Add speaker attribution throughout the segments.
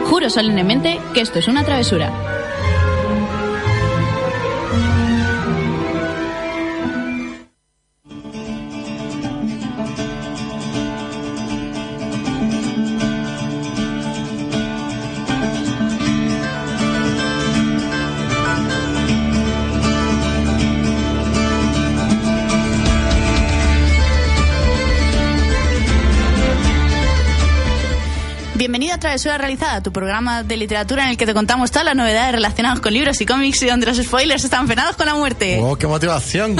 Speaker 1: deciros solemnemente que esto es una travesura. Bienvenido a Travesura Realizada, tu programa de literatura en el que te contamos todas las novedades relacionadas con libros y cómics y donde los spoilers están penados con la muerte.
Speaker 2: ¡Oh, qué motivación!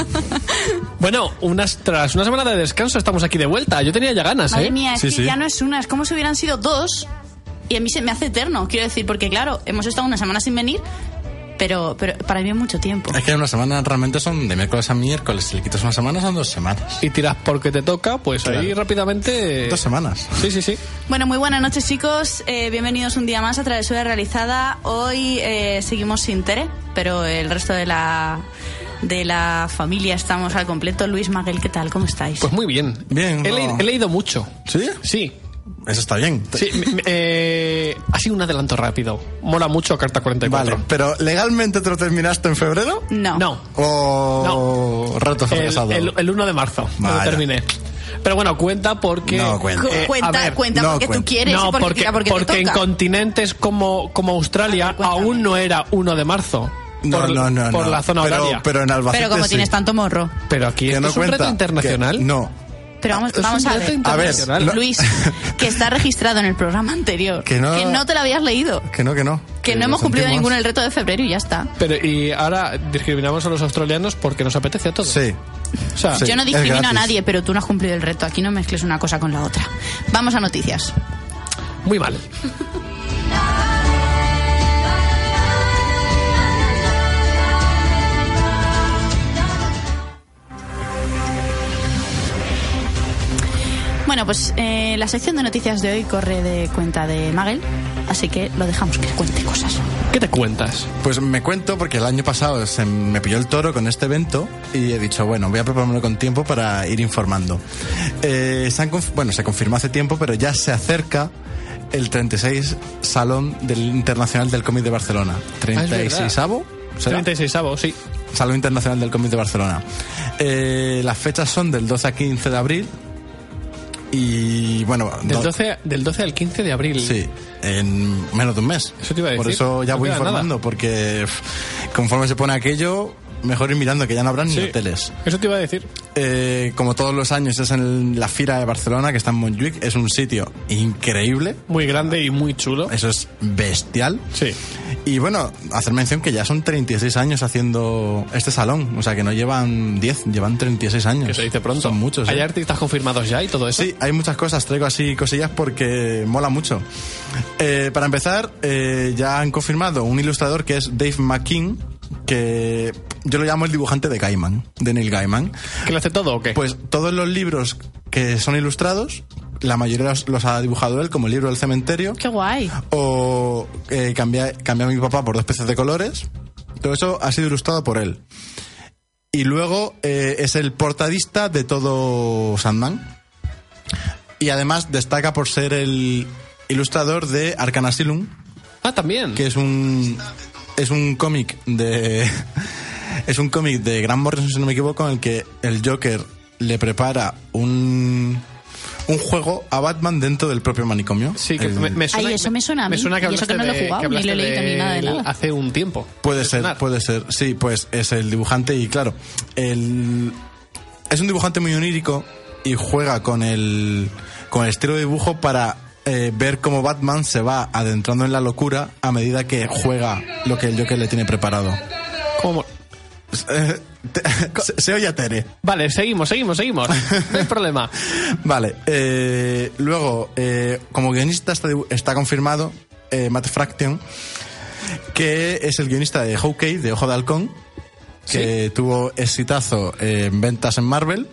Speaker 3: Bueno, unas, tras una semana de descanso estamos aquí de vuelta. Yo tenía ya ganas,
Speaker 1: Madre
Speaker 3: ¿eh?
Speaker 1: mía, es
Speaker 2: Sí,
Speaker 1: que
Speaker 2: sí.
Speaker 1: ya no es una, es como si hubieran sido dos. Y a mí se me hace eterno, quiero decir, porque claro, hemos estado una semana sin venir, pero, pero para mí es mucho tiempo.
Speaker 2: es que una semana realmente son de miércoles a miércoles. Si le quitas una semana, son dos semanas.
Speaker 3: Y tiras porque te toca, pues ahí
Speaker 2: Claro.
Speaker 3: rápidamente...
Speaker 2: Dos semanas.
Speaker 3: Sí, sí, sí.
Speaker 1: Bueno, muy buenas noches chicos, Eh, bienvenidos un día más a Travesura Realizada. Hoy eh, seguimos sin Tere, pero el resto de la, de la familia estamos al completo. Luis Maguel, ¿qué tal? ¿Cómo estáis?
Speaker 3: Pues muy bien.
Speaker 2: Bien,
Speaker 3: He,
Speaker 2: no.
Speaker 3: leído, he leído mucho.
Speaker 2: ¿Sí?
Speaker 3: Sí.
Speaker 2: Eso está bien.
Speaker 3: Sí, m- m- eh, ha sido un adelanto rápido. Mola mucho Carta 44.
Speaker 2: Vale, pero ¿legalmente te lo terminaste en febrero?
Speaker 1: no.
Speaker 3: No,
Speaker 2: ¿O reto
Speaker 3: el,
Speaker 2: fracasado?
Speaker 3: el- el 1 de marzo me lo
Speaker 2: Vaya.
Speaker 3: terminé. Pero bueno, cuenta porque...
Speaker 2: No, cuenta.
Speaker 1: Cu-
Speaker 3: Eh, a
Speaker 1: cuenta,
Speaker 3: ver,
Speaker 1: cuenta
Speaker 2: no,
Speaker 1: porque tú
Speaker 2: cuenta.
Speaker 1: quieres y
Speaker 3: no,
Speaker 1: porque,
Speaker 3: porque,
Speaker 1: mira, porque,
Speaker 3: porque
Speaker 1: te
Speaker 3: en
Speaker 1: toca.
Speaker 3: continentes como, como
Speaker 1: A
Speaker 3: Australia
Speaker 1: ver, cuéntame.
Speaker 3: aún no era 1 de marzo.
Speaker 2: No,
Speaker 3: por,
Speaker 2: no, no.
Speaker 3: por
Speaker 2: no.
Speaker 3: la zona
Speaker 2: pero,
Speaker 3: horaria.
Speaker 2: Pero en Albacete
Speaker 1: Pero como
Speaker 2: sí.
Speaker 1: tienes tanto morro.
Speaker 3: Pero aquí
Speaker 2: Que
Speaker 3: esto
Speaker 2: no
Speaker 3: es un
Speaker 2: cuenta.
Speaker 3: reto internacional.
Speaker 2: que- no.
Speaker 1: Pero vamos,
Speaker 3: Es un
Speaker 1: vamos a
Speaker 3: reto
Speaker 1: ver.
Speaker 2: A ver,
Speaker 3: internacional.
Speaker 2: lo-
Speaker 1: Luis, que está registrado en el programa anterior.
Speaker 2: Que no-
Speaker 1: te lo habías leído.
Speaker 2: Que no, que no.
Speaker 1: Que no
Speaker 2: lo
Speaker 1: hemos cumplido
Speaker 2: sentimos.
Speaker 1: ninguno el reto de febrero y ya está.
Speaker 3: Pero y ahora discriminamos a los australianos porque nos apetece a todos.
Speaker 2: Sí.
Speaker 3: O sea,
Speaker 2: Sí,
Speaker 1: Yo no
Speaker 2: es
Speaker 1: discrimino a
Speaker 2: gratis.
Speaker 1: nadie, pero tú no has cumplido el reto. Aquí no mezcles una cosa con la otra. Vamos a noticias.
Speaker 3: muy mal.
Speaker 1: Bueno, pues eh, la sección de noticias de hoy corre de cuenta de Magel, así que lo dejamos que cuente cosas.
Speaker 3: ¿Qué te cuentas?
Speaker 2: Pues me cuento porque el año pasado se me pilló el toro con este evento y he dicho, bueno, voy a preparármelo con tiempo para ir informando. Eh, se han conf- bueno, se confirmó hace tiempo, pero ya se acerca el 36 Salón del Internacional del Cómic de Barcelona.
Speaker 3: Ah, verdad.
Speaker 2: 36avo. ¿será?
Speaker 3: 36 sí.
Speaker 2: Salón Internacional del Cómic de Barcelona. Eh, las fechas son del 12 a 15 de abril y bueno,
Speaker 3: Del
Speaker 2: do-
Speaker 3: 12, del 12 al 15 de abril.
Speaker 2: Sí, en menos de un mes.
Speaker 3: Eso te iba a
Speaker 2: Por
Speaker 3: decir.
Speaker 2: eso ya
Speaker 3: No
Speaker 2: voy
Speaker 3: queda nada.
Speaker 2: informando, porque pf, conforme se pone aquello, mejor ir mirando, que ya no habrán
Speaker 3: Sí.
Speaker 2: ni hoteles.
Speaker 3: Eso te iba a decir.
Speaker 2: Eh, como todos los años es en la Fira de Barcelona, que está en Montjuic, es un sitio increíble,
Speaker 3: Muy grande y muy chulo.
Speaker 2: eso es bestial.
Speaker 3: Sí.
Speaker 2: Y bueno, hacer mención que ya son 36 años haciendo este salón, o sea que no llevan 10, llevan 36 años.
Speaker 3: Que se dice pronto.
Speaker 2: Son muchos. ¿eh?
Speaker 3: Hay artistas confirmados ya y todo eso.
Speaker 2: Sí, hay muchas cosas, traigo así cosillas porque mola mucho. Eh, para empezar, eh, ya han confirmado un ilustrador que es Dave McKean, que yo lo llamo el dibujante de Gaiman, de Neil Gaiman.
Speaker 3: ¿Que lo hace todo o qué?
Speaker 2: Pues todos los libros que son ilustrados, la mayoría los, los ha dibujado él, como el libro del cementerio,
Speaker 1: ¡Qué guay!
Speaker 2: o eh, cambié, cambié a mi papá por dos peces de colores. Todo eso ha sido ilustrado por él. Y luego eh, es el portadista de todo Sandman. Y además destaca por ser el ilustrador de Arcan Asylum,
Speaker 3: ah, también.
Speaker 2: que es un es un cómic de es un cómic de Grant Morrison si no me equivoco en el que el Joker le prepara un un juego a Batman dentro del propio manicomio.
Speaker 3: Sí, que
Speaker 2: El-
Speaker 3: me, me suena.
Speaker 1: Ay, eso me suena a mí.
Speaker 3: que
Speaker 1: Y eso que
Speaker 3: hablaste
Speaker 1: no lo he
Speaker 3: de-
Speaker 1: jugado,
Speaker 3: que
Speaker 1: ni lo he
Speaker 3: hablaste
Speaker 1: leído, ni nada de
Speaker 3: él
Speaker 1: nada.
Speaker 3: Hace un tiempo.
Speaker 2: Puede ser,
Speaker 3: sonar.
Speaker 2: puede ser. Sí, pues es el dibujante y claro, el- es un dibujante muy onírico y juega con el, con el estilo de dibujo para eh, ver cómo Batman se va adentrando en la locura a medida que juega lo que el Joker le tiene preparado.
Speaker 3: Como-
Speaker 2: Eh, te- se, se oye a Tere.
Speaker 3: Vale, seguimos, seguimos, seguimos. No hay problema.
Speaker 2: Vale, eh, luego, eh, como guionista está, dibu- está confirmado eh, Matt Fraction, que es el guionista de Hawkeye, de Ojo de Halcón, que tuvo exitazo en ventas en Marvel,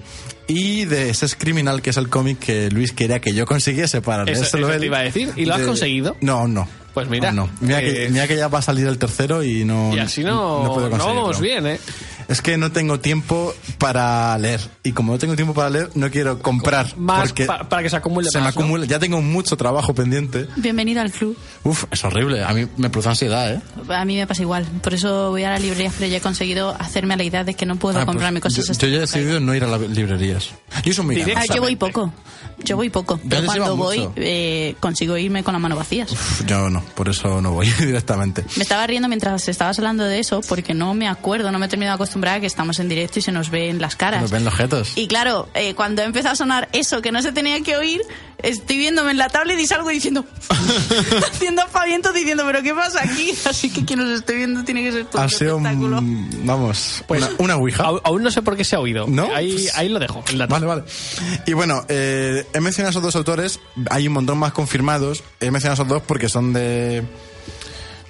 Speaker 2: y de Sex Criminal, que es el cómic que Luis quería que yo consiguiese para
Speaker 3: Eso-
Speaker 2: leérselo
Speaker 3: eso
Speaker 2: él.
Speaker 3: te iba a decir. ¿Y lo has conseguido?
Speaker 2: No, aún no.
Speaker 3: Pues mira,
Speaker 2: Aún no. Mira, que,
Speaker 3: eh,
Speaker 2: mira que ya va a salir el tercero y no,
Speaker 3: Y así no,
Speaker 2: puedo
Speaker 3: no
Speaker 2: conseguirlo.
Speaker 3: vamos bien, ¿eh?
Speaker 2: es que no tengo tiempo para leer. Y como no tengo tiempo para leer, no quiero comprar.
Speaker 3: Más
Speaker 2: porque
Speaker 3: pa- para que se acumule
Speaker 2: se me
Speaker 3: más, ¿no?
Speaker 2: acumula. Ya tengo mucho trabajo pendiente.
Speaker 1: Bienvenido al club.
Speaker 2: Uf, es horrible. A mí me produce ansiedad, ¿eh?
Speaker 1: A mí me pasa igual. Por eso voy a las librerías, pero ya he conseguido hacerme a la idea de que no puedo
Speaker 2: Ah, pues,
Speaker 1: comprarme cosas.
Speaker 2: yo,
Speaker 1: hasta
Speaker 2: yo ya he
Speaker 1: que caiga.
Speaker 2: decidido no ir a las librerías. Yo soy muy
Speaker 3: Directo.
Speaker 1: Ah, yo voy
Speaker 3: Exactamente.
Speaker 1: poco. Yo voy poco. Pero
Speaker 2: les
Speaker 1: cuando
Speaker 2: llevan
Speaker 1: voy,
Speaker 2: mucho.
Speaker 1: eh, consigo irme con las manos vacías.
Speaker 2: Uf, Yo no, por eso no voy directamente.
Speaker 1: Me estaba riendo mientras estabas hablando de eso porque no me acuerdo, no me he terminado de acostumbrar a que estamos en directo y se nos ven las caras.
Speaker 2: Nos ven los jetos.
Speaker 1: Y claro, eh, cuando ha empezado a sonar eso que no se tenía que oír, estoy viéndome en la tablet y salgo diciendo, haciendo apavientos diciendo, pero ¿qué pasa aquí? Así que quien nos esté viendo tiene que ser todo
Speaker 2: Ha
Speaker 1: un
Speaker 2: sido,
Speaker 1: espectáculo.
Speaker 2: mm, vamos,
Speaker 3: Pues-
Speaker 2: una, una ouija.
Speaker 3: Au- Aún no sé por qué se ha oído.
Speaker 2: ¿No?
Speaker 3: Ahí,
Speaker 2: Pues-
Speaker 3: ahí lo dejo. el dato.
Speaker 2: Vale, vale. Y bueno, eh, he mencionado esos dos autores, hay un montón más confirmados. He mencionado esos dos porque son de...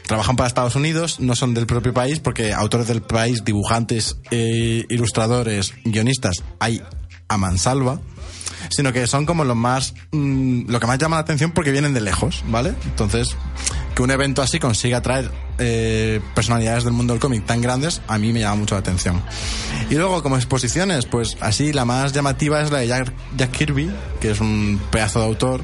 Speaker 2: Trabajan para Estados Unidos, no son del propio país, porque autores del país, dibujantes, eh, ilustradores, guionistas, hay a mansalva, sino que son como los más, mm, lo que más llama la atención porque vienen de lejos, ¿vale? Entonces, que un evento así consiga atraer eh, personalidades del mundo del cómic tan grandes, a mí me llama mucho la atención. Y luego, como exposiciones, pues así la más llamativa es la de Jack, Jack Kirby, que es un pedazo de autor,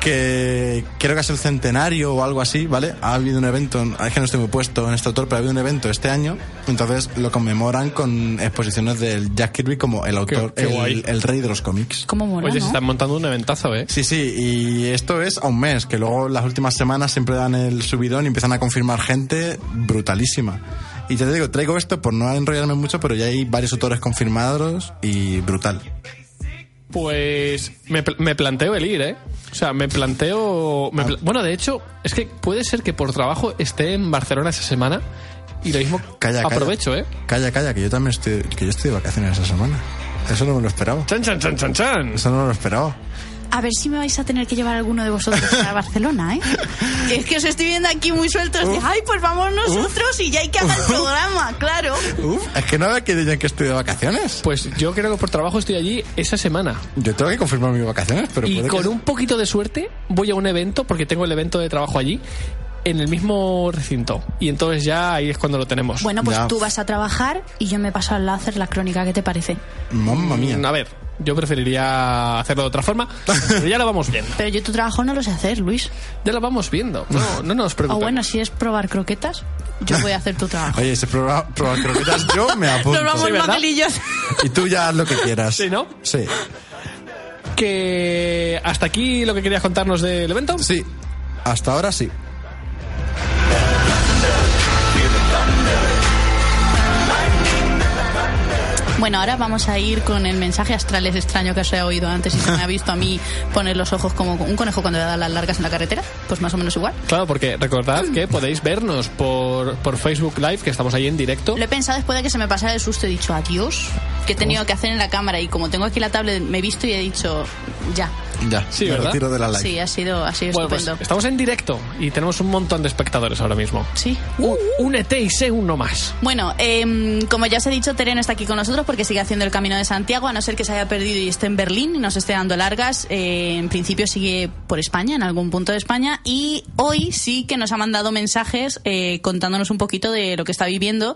Speaker 2: que creo que es el centenario o algo así, ¿vale? Ha habido un evento, es que no estoy muy puesto en este autor, pero ha habido un evento este año, entonces lo conmemoran con exposiciones del Jack Kirby como el autor,
Speaker 3: qué guay.
Speaker 2: el, el rey de los cómics.
Speaker 1: ¿Cómo mola, no?
Speaker 3: Oye, se están montando un eventazo, ¿eh?
Speaker 2: Sí, sí, y esto es a un mes, que luego las últimas semanas siempre dan el subidón y empiezan a confirmar gente brutalísima. Y ya te digo, traigo esto por no enrollarme mucho, pero ya hay varios autores confirmados y brutal.
Speaker 3: Pues me, pl- me planteo el ir, ¿eh? O sea, me planteo... me pla- bueno, de hecho, es que puede ser que por trabajo esté en Barcelona esa semana y lo mismo
Speaker 2: Calla, calla.
Speaker 3: aprovecho, ¿eh?
Speaker 2: Calla, calla, que yo también estoy, que yo estoy de vacaciones esa semana. Eso no me lo esperaba.
Speaker 3: ¡Chan, chan, chan, chan, chan!
Speaker 2: Eso no me lo esperaba.
Speaker 1: A ver si me vais a tener que llevar alguno de vosotros a Barcelona, ¿eh? Que es que os estoy viendo aquí muy sueltos. de, Ay, pues vamos nosotros y ya hay que hacer el programa, claro.
Speaker 2: Uf, es que no había que digan que estoy de vacaciones.
Speaker 3: Pues yo creo que por trabajo estoy allí esa semana.
Speaker 2: Yo tengo que confirmar mis vacaciones, pero
Speaker 3: Y
Speaker 2: puede
Speaker 3: con
Speaker 2: que...
Speaker 3: un poquito de suerte voy a un evento, porque tengo el evento de trabajo allí, en el mismo recinto. Y entonces ya ahí es cuando lo tenemos.
Speaker 1: Bueno, pues
Speaker 2: Ya.
Speaker 1: tú vas a trabajar y yo me paso al lado a hacer la crónica, ¿qué te parece?
Speaker 2: Mamma mía.
Speaker 3: Mm, A ver, yo preferiría hacerlo de otra forma, pero ya lo vamos viendo.
Speaker 1: Pero yo tu trabajo no lo sé hacer, Luis.
Speaker 3: Ya lo vamos viendo. No, no nos
Speaker 1: O
Speaker 3: preocupemos.
Speaker 1: Oh, bueno, si es probar croquetas, yo voy a hacer tu trabajo.
Speaker 2: Oye, ese programa, programa croquetas, yo me apunto.
Speaker 3: Sí, ¿verdad?
Speaker 1: papelillos.
Speaker 2: Y tú ya haz lo que quieras.
Speaker 3: Sí, ¿no?
Speaker 2: Sí.
Speaker 3: que hasta aquí lo que querías contarnos del evento.
Speaker 2: Sí, hasta ahora sí.
Speaker 1: Bueno, ahora vamos a ir con el mensaje astrales extraño que os he oído antes y se me ha visto a mí poner los ojos como un conejo cuando le da las largas en la carretera. Pues más o menos igual.
Speaker 3: Claro, porque recordad que podéis vernos por, por Facebook Live, que estamos ahí en directo.
Speaker 1: Lo he pensado después de que se me pasara el susto. He dicho adiós, que he tenido que hacer en la cámara. Y como tengo aquí la tablet, me he visto y he dicho ya.
Speaker 2: Ya,
Speaker 3: Sí,
Speaker 2: me
Speaker 3: ¿verdad?
Speaker 2: retiro de la live.
Speaker 1: Sí, ha sido, ha sido
Speaker 3: Bueno, pues
Speaker 1: estupendo.
Speaker 3: estamos en directo y tenemos un montón de espectadores ahora mismo.
Speaker 1: Sí.
Speaker 3: U- Únete E y sé uno más.
Speaker 1: Bueno, em, como ya os he dicho, Tere no está aquí con nosotros porque sigue haciendo el camino de Santiago, a no ser que se haya perdido y esté en Berlín y nos esté dando largas. Eh, en principio sigue por España, en algún punto de España. Y hoy sí que nos ha mandado mensajes eh, contándonos un poquito de lo que está viviendo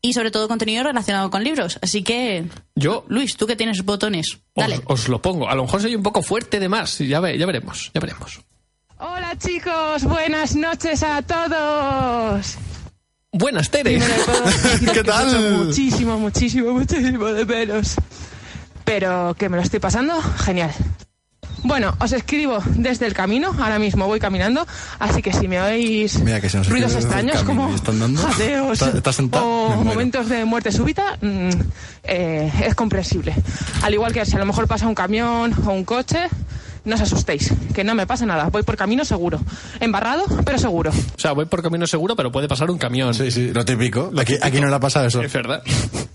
Speaker 1: y sobre todo contenido relacionado con libros. Así que,
Speaker 3: Yo
Speaker 1: Luis, tú que tienes botones, dale.
Speaker 3: os, os lo pongo. A lo mejor soy un poco fuerte de más. Ya, ve- ya veremos, ya veremos.
Speaker 4: Hola chicos, buenas noches a todos.
Speaker 3: Buenas, Tere.
Speaker 4: Primero de todo, decir
Speaker 2: ¿Qué
Speaker 4: que os
Speaker 2: tal?
Speaker 4: echo Muchísimo, muchísimo, muchísimo de menos. Pero que me lo estoy pasando genial. Bueno, os escribo desde el camino, ahora mismo voy caminando, así que si me oís
Speaker 2: Mira que se nos escribe
Speaker 4: ruidos
Speaker 2: desde el
Speaker 4: extraños
Speaker 2: camino
Speaker 4: como
Speaker 2: y están dando.
Speaker 4: jadeos
Speaker 2: Está- está sentada, me
Speaker 4: o
Speaker 2: muero.
Speaker 4: momentos de muerte súbita, mm, eh, es comprensible. Al igual que si a lo mejor pasa un camión o un coche, no os asustéis, que no me pasa nada, voy por camino seguro, embarrado, pero seguro.
Speaker 3: O sea, voy por camino seguro, pero puede pasar un camión.
Speaker 2: Sí, sí, lo típico. aquí, aquí no le ha pasado eso.
Speaker 3: Es verdad.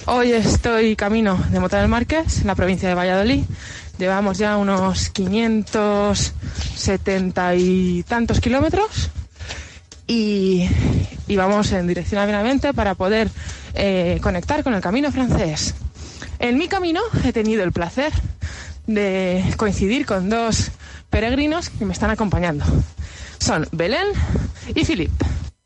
Speaker 4: Hoy estoy camino de Mota del Márquez, en la provincia de Valladolid. Llevamos ya unos 570 y tantos kilómetros y, y vamos en dirección a Benavente para poder eh, conectar con el camino francés. En mi camino he tenido el placer de coincidir con dos peregrinos que me están acompañando. Son Belén y Philippe.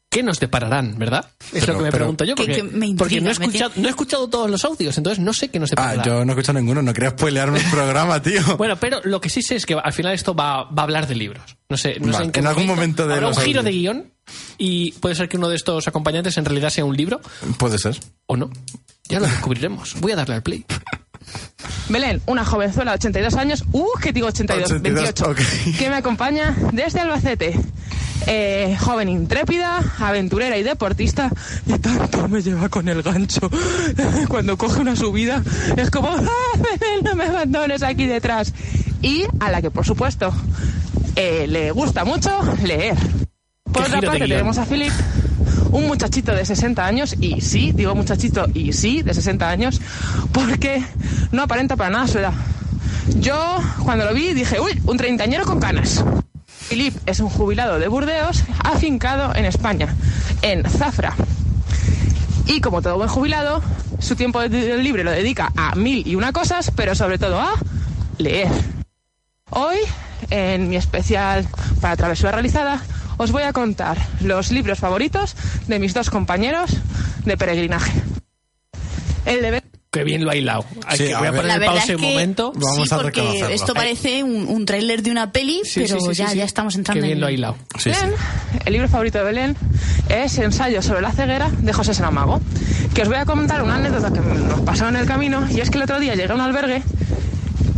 Speaker 3: qué nos depararán, ¿verdad? Es
Speaker 2: Pero-
Speaker 3: lo que me
Speaker 2: pero-
Speaker 3: pregunto yo,
Speaker 1: Que-
Speaker 3: porque,
Speaker 1: que me intriga,
Speaker 3: porque no, he
Speaker 1: me
Speaker 3: escuchado, no he escuchado todos los audios, entonces no sé qué nos
Speaker 2: Ah,
Speaker 3: deparará.
Speaker 2: yo no he escuchado ninguno, no quería spoilearme el programa, tío.
Speaker 3: Bueno, pero lo que sí sé es que al final esto va, va a hablar de libros. No sé, no sé
Speaker 2: Vale,
Speaker 3: qué
Speaker 2: en algún momento de
Speaker 3: habrá un
Speaker 2: los
Speaker 3: giro
Speaker 2: audios.
Speaker 3: de guión y puede ser que uno de estos acompañantes en realidad sea un libro
Speaker 2: Puede ser.
Speaker 3: o no. Ya lo descubriremos. Voy a darle al play.
Speaker 4: Belén, una jovenzuela de 82 años, uh, que digo 82,
Speaker 2: 82,
Speaker 4: 28,
Speaker 2: ok.
Speaker 4: que me acompaña desde Albacete. Eh, joven intrépida, aventurera y deportista, y tanto me lleva con el gancho. Cuando coge una subida, es como, "Ah, Belén, no me abandones aquí detrás. Y a la que, por supuesto, eh, le gusta mucho leer. Por
Speaker 3: Qué
Speaker 4: otra
Speaker 3: giro de
Speaker 4: parte,
Speaker 3: guión.
Speaker 4: tenemos a Philip, un muchachito de 60 años, y sí, digo muchachito y sí, de 60 años, porque no aparenta para nada su edad. Yo, cuando lo vi, dije, uy, un treintañero con canas. Philip es un jubilado de Burdeos, afincado en España, en Zafra. Y como todo buen jubilado, su tiempo de- libre lo dedica a mil y una cosas, pero sobre todo a leer. Hoy, en mi especial para Travesura Realizada, os voy a contar los libros favoritos de mis dos compañeros de peregrinaje. El de Belén
Speaker 3: Qué bien lo ha hilado. Hay
Speaker 2: Sí,
Speaker 3: que-
Speaker 2: a
Speaker 3: voy a
Speaker 2: ver.
Speaker 3: poner
Speaker 1: La
Speaker 3: el
Speaker 1: verdad
Speaker 3: pausa
Speaker 1: es que
Speaker 3: un momento.
Speaker 2: Vamos
Speaker 1: sí,
Speaker 2: a
Speaker 1: porque
Speaker 2: reconocerlo.
Speaker 1: esto
Speaker 2: Ay.
Speaker 1: parece un, un tráiler de una peli,
Speaker 3: Sí,
Speaker 1: pero
Speaker 3: sí, sí, sí,
Speaker 1: ya,
Speaker 3: sí.
Speaker 1: ya estamos entrando
Speaker 3: Qué bien
Speaker 1: en...
Speaker 3: lo ha hilado.
Speaker 2: Sí, sí.
Speaker 4: el libro favorito de Belén es Ensayo sobre la ceguera de José Saramago. Que os voy a contar una anécdota que nos pasó en el camino y es que el otro día llegué a un albergue